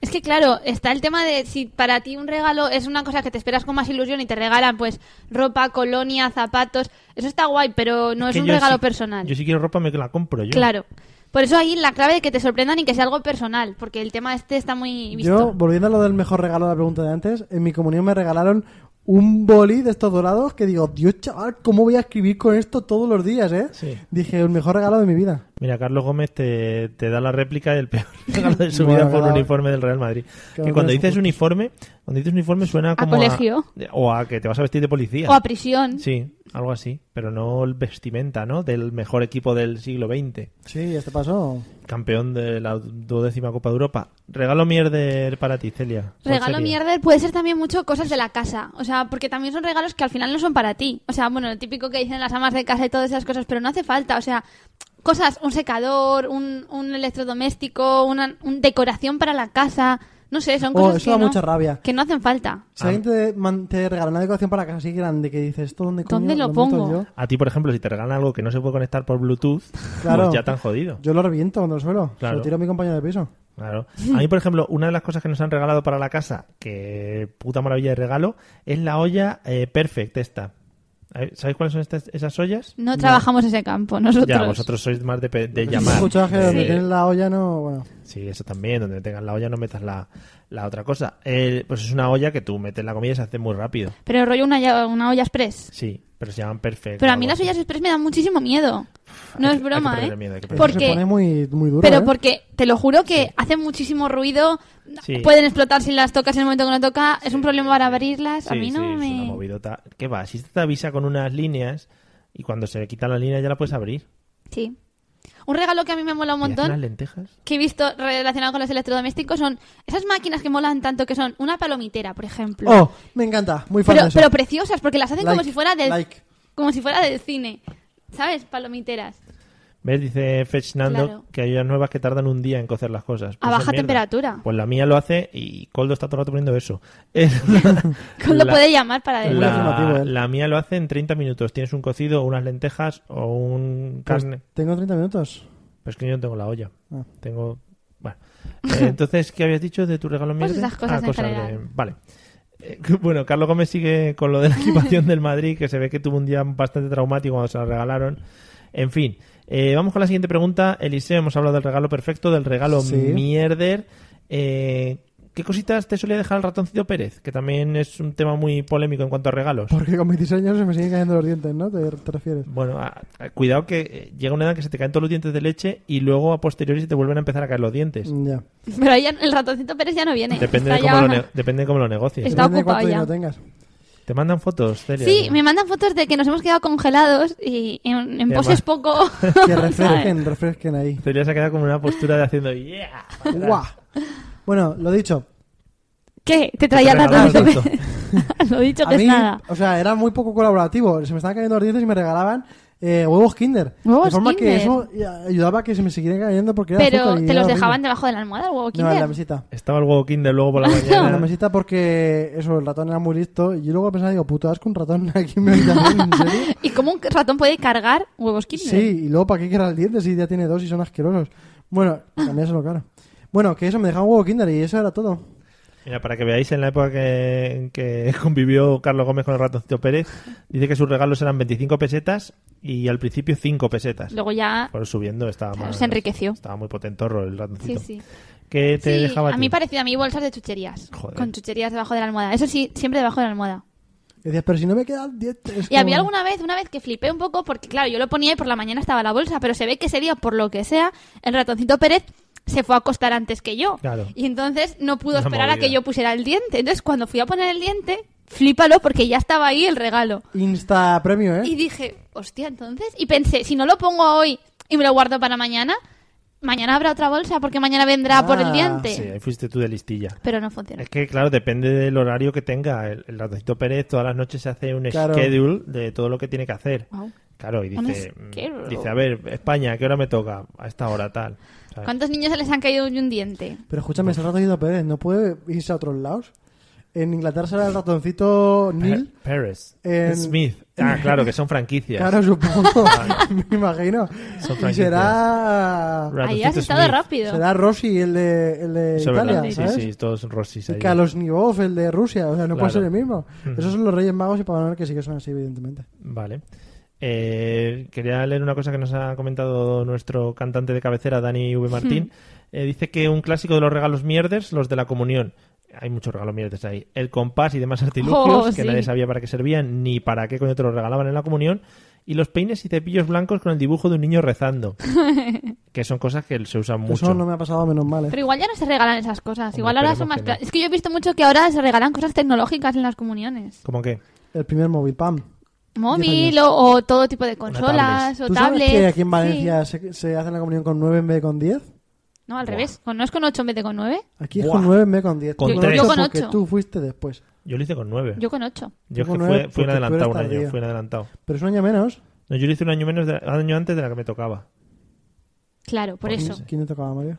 Es que claro, está el tema de si para ti un regalo es una cosa que te esperas con más ilusión y te regalan pues ropa, colonia, zapatos, eso está guay, pero no es,
Que
un
yo
regalo
sí-
personal.
Yo si quiero ropa me la compro yo.
Claro. Por eso ahí la clave de que te sorprendan y que sea algo personal, porque el tema este está muy
Yo,
visto.
volviendo a lo del mejor regalo de la pregunta de antes, en mi comunión me regalaron un boli de estos dorados que digo, Dios chaval, ¿cómo voy a escribir con esto todos los días, eh?
Sí.
Dije, el mejor regalo de mi vida.
Mira, Carlos Gómez te, te da la réplica del peor *laughs* regalo de su
Bueno,
vida por
claro.
uniforme del Real Madrid.
Claro,
que cuando
no es
dices
justo.
uniforme, cuando dices uniforme suena como
colegio.
o a que te vas a vestir de policía.
O a prisión.
Sí, algo así, pero no el vestimenta, ¿no? Del mejor equipo del siglo XX,
Sí, este pasó.
campeón de la duodécima Copa de Europa. Regalo mierder para ti, Celia. ¿Cuál
Regalo
sería?
mierder puede ser también mucho cosas de la casa. O sea, porque también son regalos que al final no son para ti. O sea, bueno, lo típico que dicen las amas de casa y todas esas cosas, pero no hace falta. O sea, cosas, un secador, un, un electrodoméstico, una un decoración para la casa. No sé, son
Oh,
cosas
eso
que,
da
no,
mucha rabia.
que no hacen falta.
Si alguien te, man- te regala una decoración para casa así grande que dices, ¿esto dónde coño
¿Dónde lo
meto
pongo?
Yo?
A ti, por ejemplo, si te regalan algo que no se puede conectar por Bluetooth,
Claro.
pues ya tan jodido.
Yo lo reviento cuando lo suelo. Se
Claro.
lo tiro a mi compañero de piso.
Claro. A mí, por ejemplo, una de las cosas que nos han regalado para la casa, que puta maravilla de regalo, es la olla eh, Perfect esta. Eh, ¿Sabéis cuáles son estas, esas ollas?
No, trabajamos ese campo, nosotros.
Ya, vosotros sois más de, pe- de
Si
llamar.
escuchas que
De-
donde tienes la olla no... Bueno,
Sí, eso también, donde tengas la olla no metas la, la otra cosa. Eh, pues es una olla que tú metes la comida y se hace muy rápido.
Pero rollo una, lla- una olla express.
Sí, pero se llaman Perfect.
Pero
o
a mí
algo
las
así.
ollas express me dan muchísimo miedo. No
Hay que- hay
es
que
broma,
perderle
¿eh?
miedo, hay que perderle
eso
Porque
se pone muy, muy duro,
Pero
¿eh?
porque te lo juro que hacen muchísimo ruido,
Sí.
pueden explotar si las tocas en el momento que no toca, es un problema para abrirlas, a
Sí,
mí no
sí, es una
me...
movidota. ¿Qué va? Si este te avisa con unas líneas y cuando se quitan las líneas ya la puedes abrir.
Sí. Un regalo que a mí me mola un
¿Y hacen las
montón,
lentejas?
que he visto relacionado con los electrodomésticos, son esas máquinas que molan tanto que son una palomitera, por ejemplo.
Oh, me encanta. Muy fan
pero,
de eso.
pero preciosas, porque las hacen como
Like,
si fuera del
like.
como si fuera del cine. ¿Sabes? Palomiteras.
Pues ¿Ves? Dice Fechnando
Claro.
que hay unas nuevas que tardan un día en cocer las cosas.
A
Pues
baja
es mierda.
temperatura.
Pues la mía lo hace y Coldo está todo el rato poniendo eso. *laughs* Es
*laughs* Lo
Pues la-
puede llamar para decir.
Muy afirmativo,
la,
él.
la mía lo hace en 30 minutos. Tienes un cocido, unas lentejas o un
Pues
carne.
tengo 30 minutos.
Pero es que yo no tengo la olla.
Ah.
Tengo. Bueno. Eh, entonces, ¿qué habías dicho de tu regalo
Pues
mierda?
esas cosas en general.
Vale. Eh, *laughs* Bueno, Carlos Gómez sigue con lo
*laughs*
de la equipación del Madrid, que se ve que tuvo un día bastante traumático cuando se la regalaron. En fin, eh, vamos con la siguiente pregunta. Eliseo, hemos hablado del regalo perfecto, del regalo
Sí.
mierder. Eh, ¿Qué cositas te solía dejar el ratoncito Pérez? Que también es un tema muy polémico en cuanto a regalos.
Porque con mis diseños se me siguen cayendo los dientes, ¿no? ¿Te, te refieres?
Bueno, a- a- cuidado que eh, llega una edad que se te caen todos los dientes de leche y luego a posteriori se te vuelven a empezar a caer los dientes.
Ya.
Pero ahí ya- el ratoncito Pérez ya no viene.
Depende de,
Está
cómo
ya-
lo ne- depende de cómo lo negocies.
Está
Depende de cuánto
ocupado ya.
dinero
*laughs*
tengas.
¿Te mandan fotos, Celia?
Sí, me mandan fotos de que nos hemos quedado congelados y en, en
Qué
poses
mal. *laughs*
poco.
Que
*laughs* ¿sabes?
refresquen, refresquen ahí.
Celia se ha quedado como en una postura de haciendo yeah.
¡Guau! Bueno, lo dicho.
¿Qué? Te traía el
regalaron
ratoncito
esto.
Pérez. *laughs* lo dicho que
A mí,
es nada.
o sea, era muy poco colaborativo. Se me estaban cayendo los dientes y me regalaban eh, huevos Kinder.
Huevos
de forma que
Kinder.
eso eh, ayudaba a que se me siguieran cayendo porque era
Pero
azúcar y
te
era
los
horrible.
dejaban debajo de la almohada, el huevo
No, en la
Kinder.
mesita.
Estaba el huevo kinder luego por
*laughs*
la
En la
mañana.
mesita porque eso, el ratón era muy listo. Y yo luego pensaba, digo, puto asco, un ratón *laughs* aquí me habita, ¿en serio?
¿Y cómo un ratón puede cargar huevos Kinder?
Sí, y luego para qué quedan los dientes si ya tiene dos y son asquerosos. Bueno, cambiáselo, claro. Bueno, que eso me dejaba un huevo Kinder y eso era todo.
Mira, para que veáis en la época que, en que *laughs* convivió Carlos Gómez con el ratoncito Pérez, dice que sus regalos eran 25 pesetas y al principio 5 pesetas.
Luego ya...
Por subiendo estaba
Claro,
más-
se enriqueció.
Estaba muy potentorro el
Sí,
ratoncito.
sí.
¿Qué te
Sí,
dejaba
a
ti?
mí parecido a mí bolsas de chucherías.
Joder.
Con chucherías debajo de la almohada. Eso sí, siempre debajo de la almohada.
Y decías, pero si no me quedan dientes.
Y había
como-
alguna vez, una vez que flipé un poco, porque claro, yo lo ponía y por la mañana estaba la bolsa, pero se ve que ese día, por lo que sea, el ratoncito Pérez se fue a acostar antes que yo.
Claro.
Y entonces no pudo
Una
esperar a
movida.
que yo pusiera el diente. Entonces, cuando fui a poner el diente, flípalo porque ya estaba ahí el regalo.
Insta premio, ¿eh?
Y dije, hostia, entonces. Y pensé, si no lo pongo hoy y me lo guardo para mañana, mañana habrá otra bolsa porque mañana vendrá por
Ah,
el diente.
Sí, ahí fuiste tú de listilla.
Pero no funcionó.
Es que, claro, depende del horario que tenga. El, el ratoncito Pérez todas las noches se hace un
Claro.
schedule de todo lo que tiene que hacer.
Wow.
Claro, y
Un
dice,
schedule.
dice, a ver, España, ¿a ¿qué hora me toca? A esta hora, tal. ¿sabes?
¿Cuántos niños se les han caído hoy un diente?
Pero escúchame, ese ratoncito Pérez no puede irse a otros lados. En Inglaterra será el ratoncito Neil.
Pa- Pérez.
En-
Smith. Ah, claro, que son franquicias.
Claro, supongo. *laughs* Me imagino.
Son
Y
franquicias.
será.
Ahí has
Ratoncito
estado
Smith.
rápido.
Será Rossi el de, el de
Eso es
Italia,
verdad.
¿sabes?
Sí, sí, todos rossis
Y
ahí.
Kalosnikov, el de Rusia, o sea, no
Claro.
puede ser el mismo.
Ujú.
Esos son los Reyes Magos y Papá Noel que sí que son así, evidentemente.
Vale. Eh, quería leer una cosa que nos ha comentado nuestro cantante de cabecera, Dani V. Martín.
Hmm.
Eh, dice que un clásico de los regalos mierders, los de la comunión. Hay muchos regalos mierders ahí. El compás y demás artilugios
Oh,
que
sí.
nadie sabía para qué servían ni para qué coño te los regalaban en la comunión. Y los peines y cepillos blancos con el dibujo de un niño
*laughs*
rezando. que son cosas que se usan mucho.
Eso no me ha pasado menos mal, ¿eh?
Pero igual ya no se regalan esas cosas.
Hombre,
Igual ahora son
esperemos
más.
que no.
pla- Es que yo he visto mucho que ahora se regalan cosas tecnológicas en las comuniones.
¿Cómo que?
El primer móvil, pam.
Móvil o, o todo tipo de consolas o
¿Tú sabes
tablets.
que aquí en
Sí.
Valencia se, se hace la comunión con 9 en vez de con 10?
No, al revés. Con- No es con 8 en vez de con 9.
Aquí es
Buah.
con 9 en vez de con 10.
Con
Tú
tres.
no
Yo
con
porque
ocho.
tú fuiste después.
Yo lo hice con nueve.
Yo con 8.
Yo es
Yo
que
con
fue,
nueve,
fui en
porque tú
adelantado
eres
un año.
tardío.
Fui en adelantado.
Pero es un año menos.
No, yo lo hice un año menos, de- un año antes de la que me
*laughs*
tocaba.
Claro, por eso.
¿Quién te tocaba, Mario?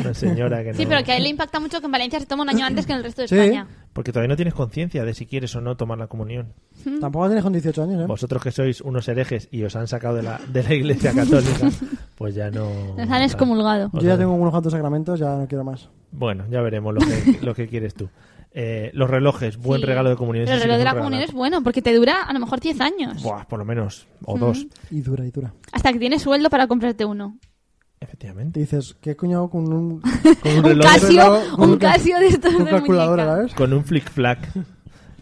Una señora que no.
Sí, pero que a él le impacta mucho que en Valencia se
*clears throat*
toma un año antes que en el resto de
Sí.
España.
Porque todavía no tienes conciencia de si quieres o no tomar la comunión.
Tampoco tienes con 18 años, ¿eh?
Vosotros que sois unos herejes y os han sacado de la, de la iglesia
*laughs*
católica, pues ya no.
Nos han excomulgado.
Yo ya tengo unos cuantos sacramentos, ya no quiero más.
Bueno, ya veremos lo que, lo que quieres tú. Eh, los relojes, buen
Sí.
regalo de comunión.
Pero el
Ese sí
reloj
que
de la
es un
comunión es
regalazo.
bueno porque te dura a lo mejor 10 años.
Buah, por lo menos. O
Mm.
dos.
Y dura, y dura.
Hasta que tienes sueldo para comprarte uno.
Te
Efectivamente.
dices, ¿qué coño hago con
*laughs*
un,
Con un
Un,
reloj.
casio,
con
un
un ca-
casio de estos
con un
de
calculador a la
muñeca.
vez?
Con un flick flack.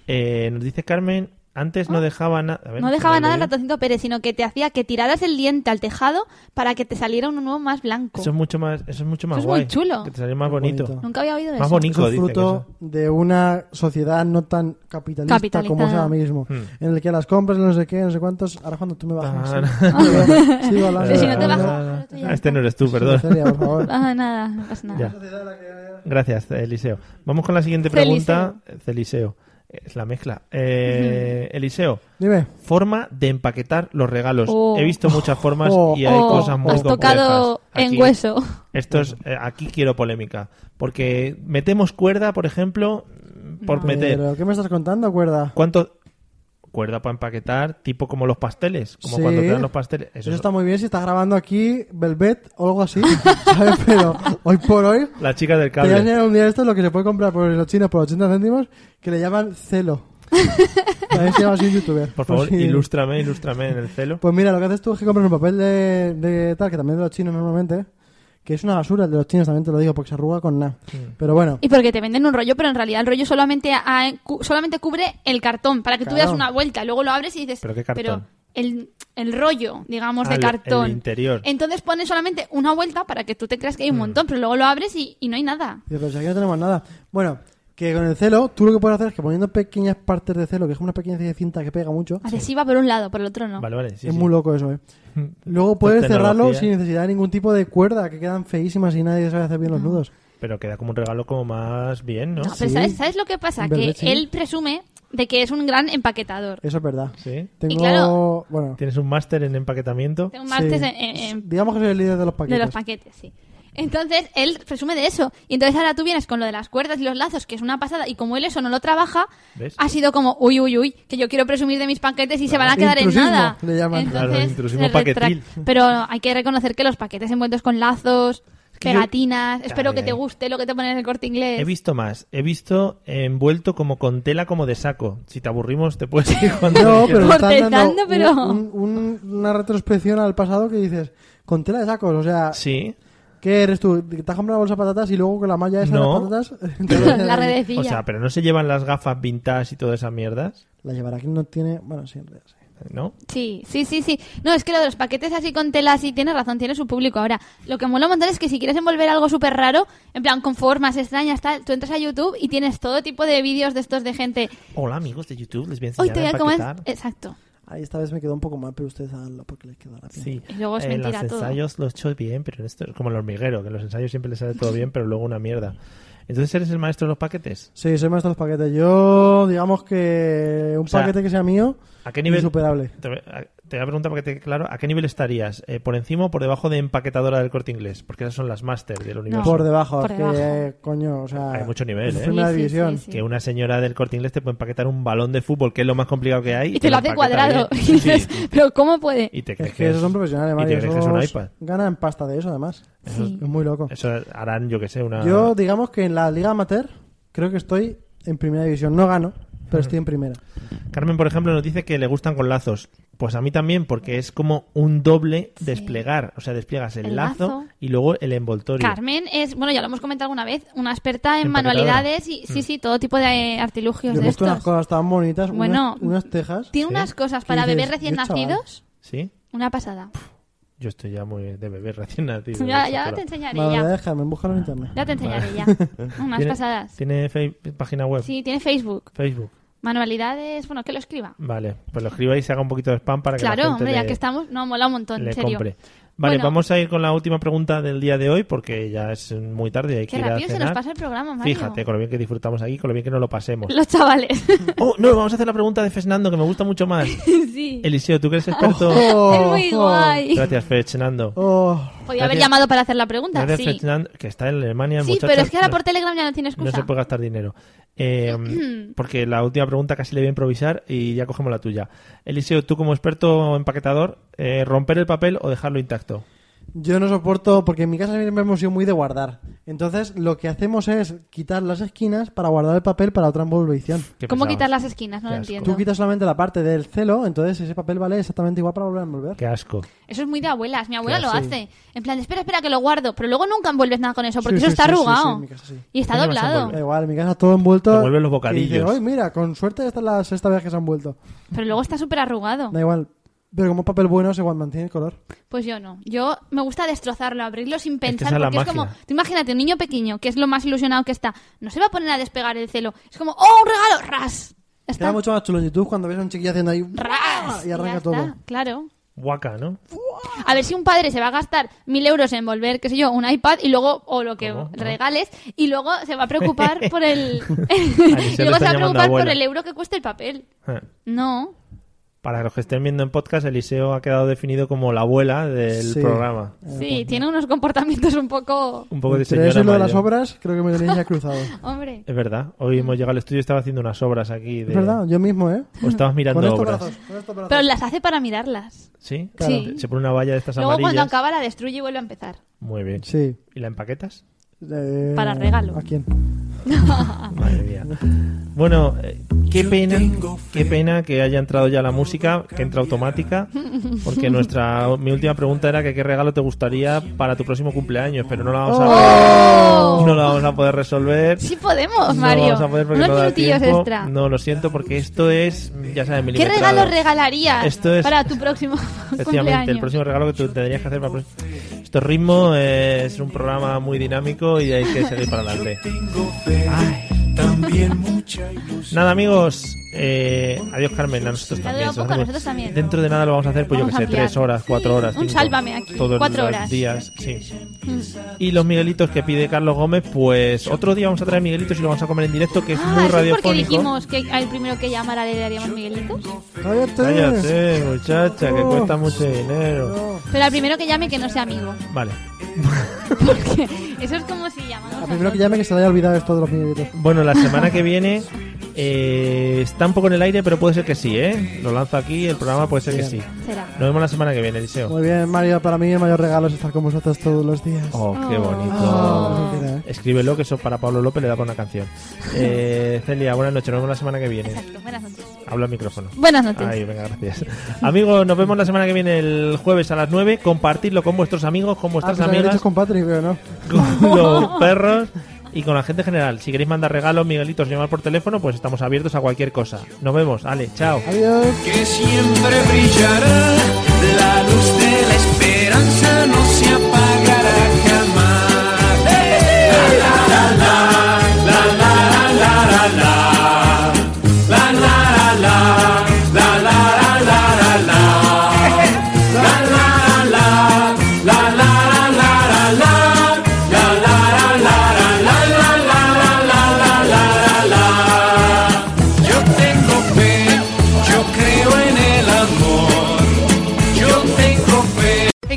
Eh, nos dice Carmen, antes no dejaba nada.
Ah. No dejaba nada el
ratón
ratoncito Pérez, sino que te hacía que tiraras el diente al tejado para que te saliera uno nuevo más blanco.
Eso es mucho más, eso es mucho más
Eso es muy
guay.
chulo.
Que te salió más
Muy
bonito.
bonito.
Nunca había oído de
Más
eso.
Eso
bonito, dice.
es
que
fruto
eso.
de una sociedad no tan capitalista,
Capitalista.
como es ahora mismo,
Hmm.
en el que las compras, no sé qué, no sé cuántos, ahora cuando tú me bajas.
Ah,
sí. *laughs*
*laughs*
Sigo hablando.
Pero si no te
hablando.
bajas, pero tú ya
Ah, Este no eres
eh,
tú, perdón.
Celia,
*laughs*
por favor.
Ah, nada, no pasa nada.
Ya. Gracias, Eliseo. Vamos con la siguiente pregunta.
Celiseo.
Celiseo. Es la mezcla. Eh, Eliseo,
Dime,
forma de empaquetar los regalos.
Oh.
He visto muchas formas
Oh.
y hay
Oh,
cosas muy
has tocado
complejas.
en
Aquí-
hueso.
Esto es, eh, aquí quiero polémica. Porque metemos cuerda, por ejemplo, mm, por meter.
¿pero Eh, qué me estás contando, cuerda?
¿Cuánto? Cuerda para empaquetar, tipo como los pasteles, como
Sí.
cuando te dan los pasteles.
Eso,
Eso, es-
está muy bien si estás grabando aquí Velvet o algo así, *laughs* ¿sabes? Pero hoy por hoy,
La chica del
te voy a
cable.
enseñar un día esto, lo que se puede comprar por los chinos por 80 céntimos, que le llaman
*laughs*
celo. También se llama así un youtuber.
Por favor,
Pues *laughs* sí.
ilústrame, ilústrame en el celo.
Pues mira, lo que haces tú es que compras un papel de, de tal, que también es de los chinos normalmente, que es una basura el de los chinos, también te lo digo, porque se arruga con nada.
Mm.
Pero bueno,
Y porque te venden un rollo, pero en realidad el rollo solamente, a- cu- solamente cubre el cartón, para que tú
Claro.
veas una vuelta, luego lo abres y dices,
¿Pero qué cartón?
el, el rollo, digamos,
Ah,
de
el-
cartón.
el interior. Mm.
Entonces pones solamente una vuelta para que tú te creas que hay un montón, pero luego lo abres y, y no hay nada.
Dice, pero si aquí no tenemos nada. Bueno, que con el celo, tú lo que puedes hacer es que poniendo pequeñas partes de celo, que es como una pequeña cinta que pega mucho,
Adhesiva por un lado, por el otro no.
Vale, vale. sí,
es
sí. Pues
muy
*laughs*
loco eso, ¿eh? Luego puedes
Tecnología.
cerrarlo sin necesidad de ningún tipo de cuerda, que quedan feísimas y nadie sabe hacer bien
Ah.
los nudos.
Pero queda como un regalo como más bien, ¿no?
No, pero
Sí.
¿sabes, ¿sabes lo que pasa?
Verdad,
Que
sí.
él presume de que es un gran empaquetador.
Eso es verdad.
Sí.
Tengo,
claro-
bueno,
Tienes un máster en empaquetamiento.
Tengo un máster
sí.
en- en- en
digamos que soy el líder de los paquetes.
De los paquetes, sí. Entonces, él presume de eso. Y entonces ahora tú vienes con lo de las cuerdas y los lazos, que es una pasada, y como él eso no lo trabaja,
¿Ves?
ha sido como, uy, uy, uy, que yo quiero presumir de mis paquetes y se van a quedar en
Intrusismo,
nada.
le llaman.
Claro,
Entonces,
intrusismo
se retrae.
paquetil.
Pero hay que reconocer que los paquetes envueltos con lazos,
que yo-
pegatinas,
Ay,
espero que te
ay.
guste lo que te ponen en el corte inglés.
He
*laughs*
visto más. He visto envuelto como con tela como de saco. Si te aburrimos, te puedes ir
*laughs*
cuando
No, pero
quieras.
le están
Cortetando,
dando un-
pero-
un- un- una retrospección al pasado que dices, con tela de sacos, o sea,
Sí.
¿qué eres tú? ¿Te has comprado una bolsa de patatas y luego con la malla esa
No.
de
*laughs*
las patatas? te lo hacen
la
ahí?
redecilla.
O sea, pero no se llevan las gafas vintage y todas esas mierdas,
La llevará quien no tiene... Bueno, sí, en realidad, sí.
¿no?
Sí, sí, sí, sí. No, es que lo de los paquetes así con tela así tiene razón, tiene su público. Ahora, lo que mola un montón es que si quieres envolver algo súper raro, en plan con formas extrañas, tal, tú entras a YouTube y tienes todo tipo de vídeos de estos de gente.
Hola amigos de YouTube, les voy a
Hoy
enseñar
te voy
a
a comer.
empaquetar.
Exacto.
Ahí esta vez me quedó un poco mal, pero ustedes háganlo porque les queda la pena.
Sí.
Y luego es
Eh,
mentira
los
todo.
ensayos los he hecho bien, pero esto es como el hormiguero, que en los ensayos siempre les sale todo bien, pero luego una mierda. Entonces eres el maestro de los paquetes.
Sí, soy maestro de los paquetes. Yo, digamos que un
O sea,
paquete que sea mío,
¿A qué nivel? Ah,
insuperable.
Te voy a- te voy a preguntar para que te quede claro, ¿a qué nivel estarías? Eh, ¿Por encima o por debajo de empaquetadora del corte inglés? Porque esas son las máster del universo.
Por debajo,
Por
es
debajo.
que, coño, o sea...
Hay mucho nivel,
es
¿eh?
Primera
Sí, sí,
división.
sí, sí.
Que una señora del corte inglés te puede empaquetar un balón de fútbol, que es lo más complicado que hay.
Y te lo hace
empaqueta
cuadrado. *laughs*
bien.
Y dices,
Sí.
pero ¿cómo puede?
Y te crees
Es que esos son profesionales,
y te
Mario.
crees que es un
esos
iPad.
Ganan pasta de eso, además.
Sí.
Es muy loco.
Eso harán, yo que sé, una...
Yo, digamos que en la Liga Amateur, creo que estoy en primera división. No gano, pero estoy en primera.
Carmen, por ejemplo, nos dice que le gustan con lazos. Pues a mí también, porque es como un doble desplegar. O sea, despliegas el,
El
lazo,
lazo.
y luego el envoltorio.
Carmen es, bueno, ya lo hemos comentado alguna vez, una experta en
Empaquetadora. Mm.
manualidades y sí, sí, todo tipo de eh, artilugios
Yo he
de
visto
estos.
unas cosas tan bonitas, unas-
Bueno,
unas, tejas.
Tiene
Sí.
unas cosas
¿Qué
para
dices?
bebés recién
Yo, chaval.
nacidos.
¿Sí?
Una pasada.
Yo estoy ya muy de bebé *laughs* recién nacido.
Ya,
Eso,
ya
pero-
te enseñaré,
Vale,
ya.
déjame, búscalo en internet.
Ya te enseñaré ya. Unas
¿Tiene-
pasadas.
¿Tiene fe- página web?
Sí, tiene Facebook.
Facebook.
Manualidades, bueno, que lo escriba. Claro,
Vale, pues lo escriba y se haga un poquito de spam para que la gente
hombre, ya
le-
que estamos, no, mola un montón,
le
en serio.
compre. Vale,
Bueno.
vamos a ir con la última pregunta del día de hoy porque ya es muy tarde y hay que
Qué
ir a
rápido se nos
cenar.
pasa el programa, Mario.
Fíjate
*laughs*
con lo bien que disfrutamos aquí, con lo bien que nos lo pasemos.
Los chavales. *laughs*
Oh, no, vamos a hacer la pregunta de Fernando que me gusta mucho más.
sí.
Eliseo, tú que eres experto.
Oh,
*laughs* es muy
oh,
guay.
Gracias, Fernando.
oh.
Podía haber
Gracias.
llamado para hacer la pregunta,
Gracias,
sí.
Fernando, que está en Alemania. el
Sí,
muchacho.
pero es que ahora
No-
por Telegram ya no tiene excusa.
No se puede gastar dinero.
*clears throat*
Eh, porque la última pregunta casi le voy a improvisar y ya cogemos la tuya. Eliseo, tú como experto empaquetador, eh, ¿romper el papel o dejarlo intacto?
Yo no soporto, porque en mi casa siempre hemos sido muy de guardar. Entonces, lo que hacemos es quitar las esquinas para guardar el papel para otra envolvición.
Qué
¿Cómo
pesados.
quitar las esquinas? No
Qué
lo
asco.
entiendo.
Tú quitas solamente la parte del celo, entonces ese papel vale exactamente igual para volver a envolver.
Qué asco.
Eso es muy de abuelas. Mi abuela
Qué
lo
asco.
hace. En plan, espera, espera, que lo guardo. Pero luego nunca envuelves nada con eso, porque
Sí,
eso
sí,
está
sí, sí,
arrugado.
sí, en mi casa sí.
Y está
¿Cómo lo vas a
doblado.
Da igual, en mi casa todo envuelto.
Te vuelven los
Y dices,
bocadillos.
"Oye, mira, con suerte esta es la sexta vez que se han vuelto.
Pero luego está súper arrugado.
Da igual. Pero como papel bueno se guarda- mantiene el color.
Pues yo no. Yo me gusta destrozarlo, abrirlo sin
que esa
pensar,
es la
porque es
magia.
como, tú imagínate, un niño pequeño, que es lo más ilusionado que está, no se va a poner a despegar el celo. Es como, ¡oh, un regalo! ¡Ras! Ya
Queda
Está.
mucho más chulo en YouTube cuando ves a un chiquillo haciendo ahí
¡Ah!
¡Ras!
y arranca
ya
todo.
está, Claro.
Guaca, ¿no?
A ver si un padre se va a gastar mil euros en volver, qué sé yo, un iPad y luego, o lo que
¿Cómo? Ah.
regales, y luego se va a preocupar
*laughs*
por el. *laughs*
le
y
están
luego se va a
llamando
preocupar por
abuela.
el euro que cuesta el papel.
Eh.
No.
Para los que estén viendo en podcast, Eliseo ha quedado definido como la abuela del
Sí.
programa.
Sí,
pues
tiene unos comportamientos un poco.
Un poco de
Entre
señora
eso y lo de
mayor.
las obras, creo que me tenéis
*laughs*
ya cruzado. es
Hombre.
Es verdad. Hoy hemos llegado al estudio y estaba haciendo unas obras aquí. De...
verdad, yo mismo, ¿eh?
O estabas mirando
Con estos
obras.
brazos, con estos brazos.
Pero las hace para mirarlas.
¿Sí?
Claro. Sí.
Se pone una valla de estas
Luego cuando
amarillas.
acaba la destruye y vuelve a empezar.
Muy bien.
Sí.
¿Y la empaquetas?
Eh,
Para regalo.
¿A quién?
Madre mía. Bueno, eh, qué pena, qué pena que haya entrado ya la música, que entra automática, porque nuestra
*laughs*
mi última pregunta era que qué regalo te gustaría para tu próximo cumpleaños, pero no la vamos a
¡Oh!
no la vamos a poder resolver.
Sí podemos,
No
Mario.
vamos a poder porque
Unos
no da
minutillos
tiempo.
extra.
No, lo siento porque esto es, ya sabes,
¿Qué
milimetrado.
regalo regalarías
Esto es-
para tu próximo *laughs*
Efectivamente,
cumpleaños?
el próximo regalo que tú tendrías que hacer para el próximo- Esto es ritmo, eh, es un programa muy dinámico y hay que seguir para adelante. Nada, amigos. eh, adiós, Carmen. A nosotros
Ha
también.
durado
se nos
poco, a
hace-
nosotros también.
Dentro de nada lo vamos a hacer, pues
Vamos
yo
a
que sé, tres
ampliar.
horas, cuatro horas.
Un
cinco,
sálvame aquí,
Todos
cuatro
los
horas.
días, sí.
Mm. Ah,
Y los Miguelitos que pide Carlos Gómez, pues otro día vamos a traer Miguelitos y lo vamos a comer en directo, que es
Ah,
muy
¿eso es porque
radiofónico.
dijimos que al primero que llamara le daríamos Miguelitos?
Cállate.
Cállate, muchacha, que
Oh.
cuesta mucho dinero.
Pero al primero que llame que no sea amigo. *laughs*
Vale.
Porque eso es como si llamamos
Al
a
primero que
todos.
llame que se le haya olvidado esto de los miguelitos.
Bueno, la semana que viene eh, está un poco en el aire, pero puede ser que sí, ¿eh? Lo lanzo aquí, el programa puede ser que sí.
Bien.
Será.
Nos vemos la semana que viene, Eliseo.
Muy bien, Mario, para mí el mayor regalo es estar con vosotros todos los días.
Oh, qué bonito.
Ah, mira, eh.
Escríbelo, que eso para Pablo López le da para una canción. Eh, Celia, buenas noches, nos vemos la semana que viene.
Exacto, buenas noches.
Habla al micrófono.
Buenas noches.
Ay, venga, gracias. Amigos, nos vemos la semana que viene, el jueves a las 9. Compartidlo con vuestros amigos, con
Ah,
vuestras
pues habéis
amigas.
hecho con Patrick, pero no.
con los perros y con la gente en general. Si queréis mandar regalos, Miguelitos, llamar por teléfono, pues estamos abiertos a cualquier cosa. Nos vemos, Ale, chao.
Adiós.
que siempre brillará, la luz de la esperanza no se apagará jamás. La, la, la, la, la, la, la, la. La, la, la, la, la, la, la, la, la. La, la, la, la, la, la, la, la, la. La, la, la, la, la, la, la, la, la, la, la, la. Yo tengo fe, yo creo en el amor. Yo tengo fe.
Hey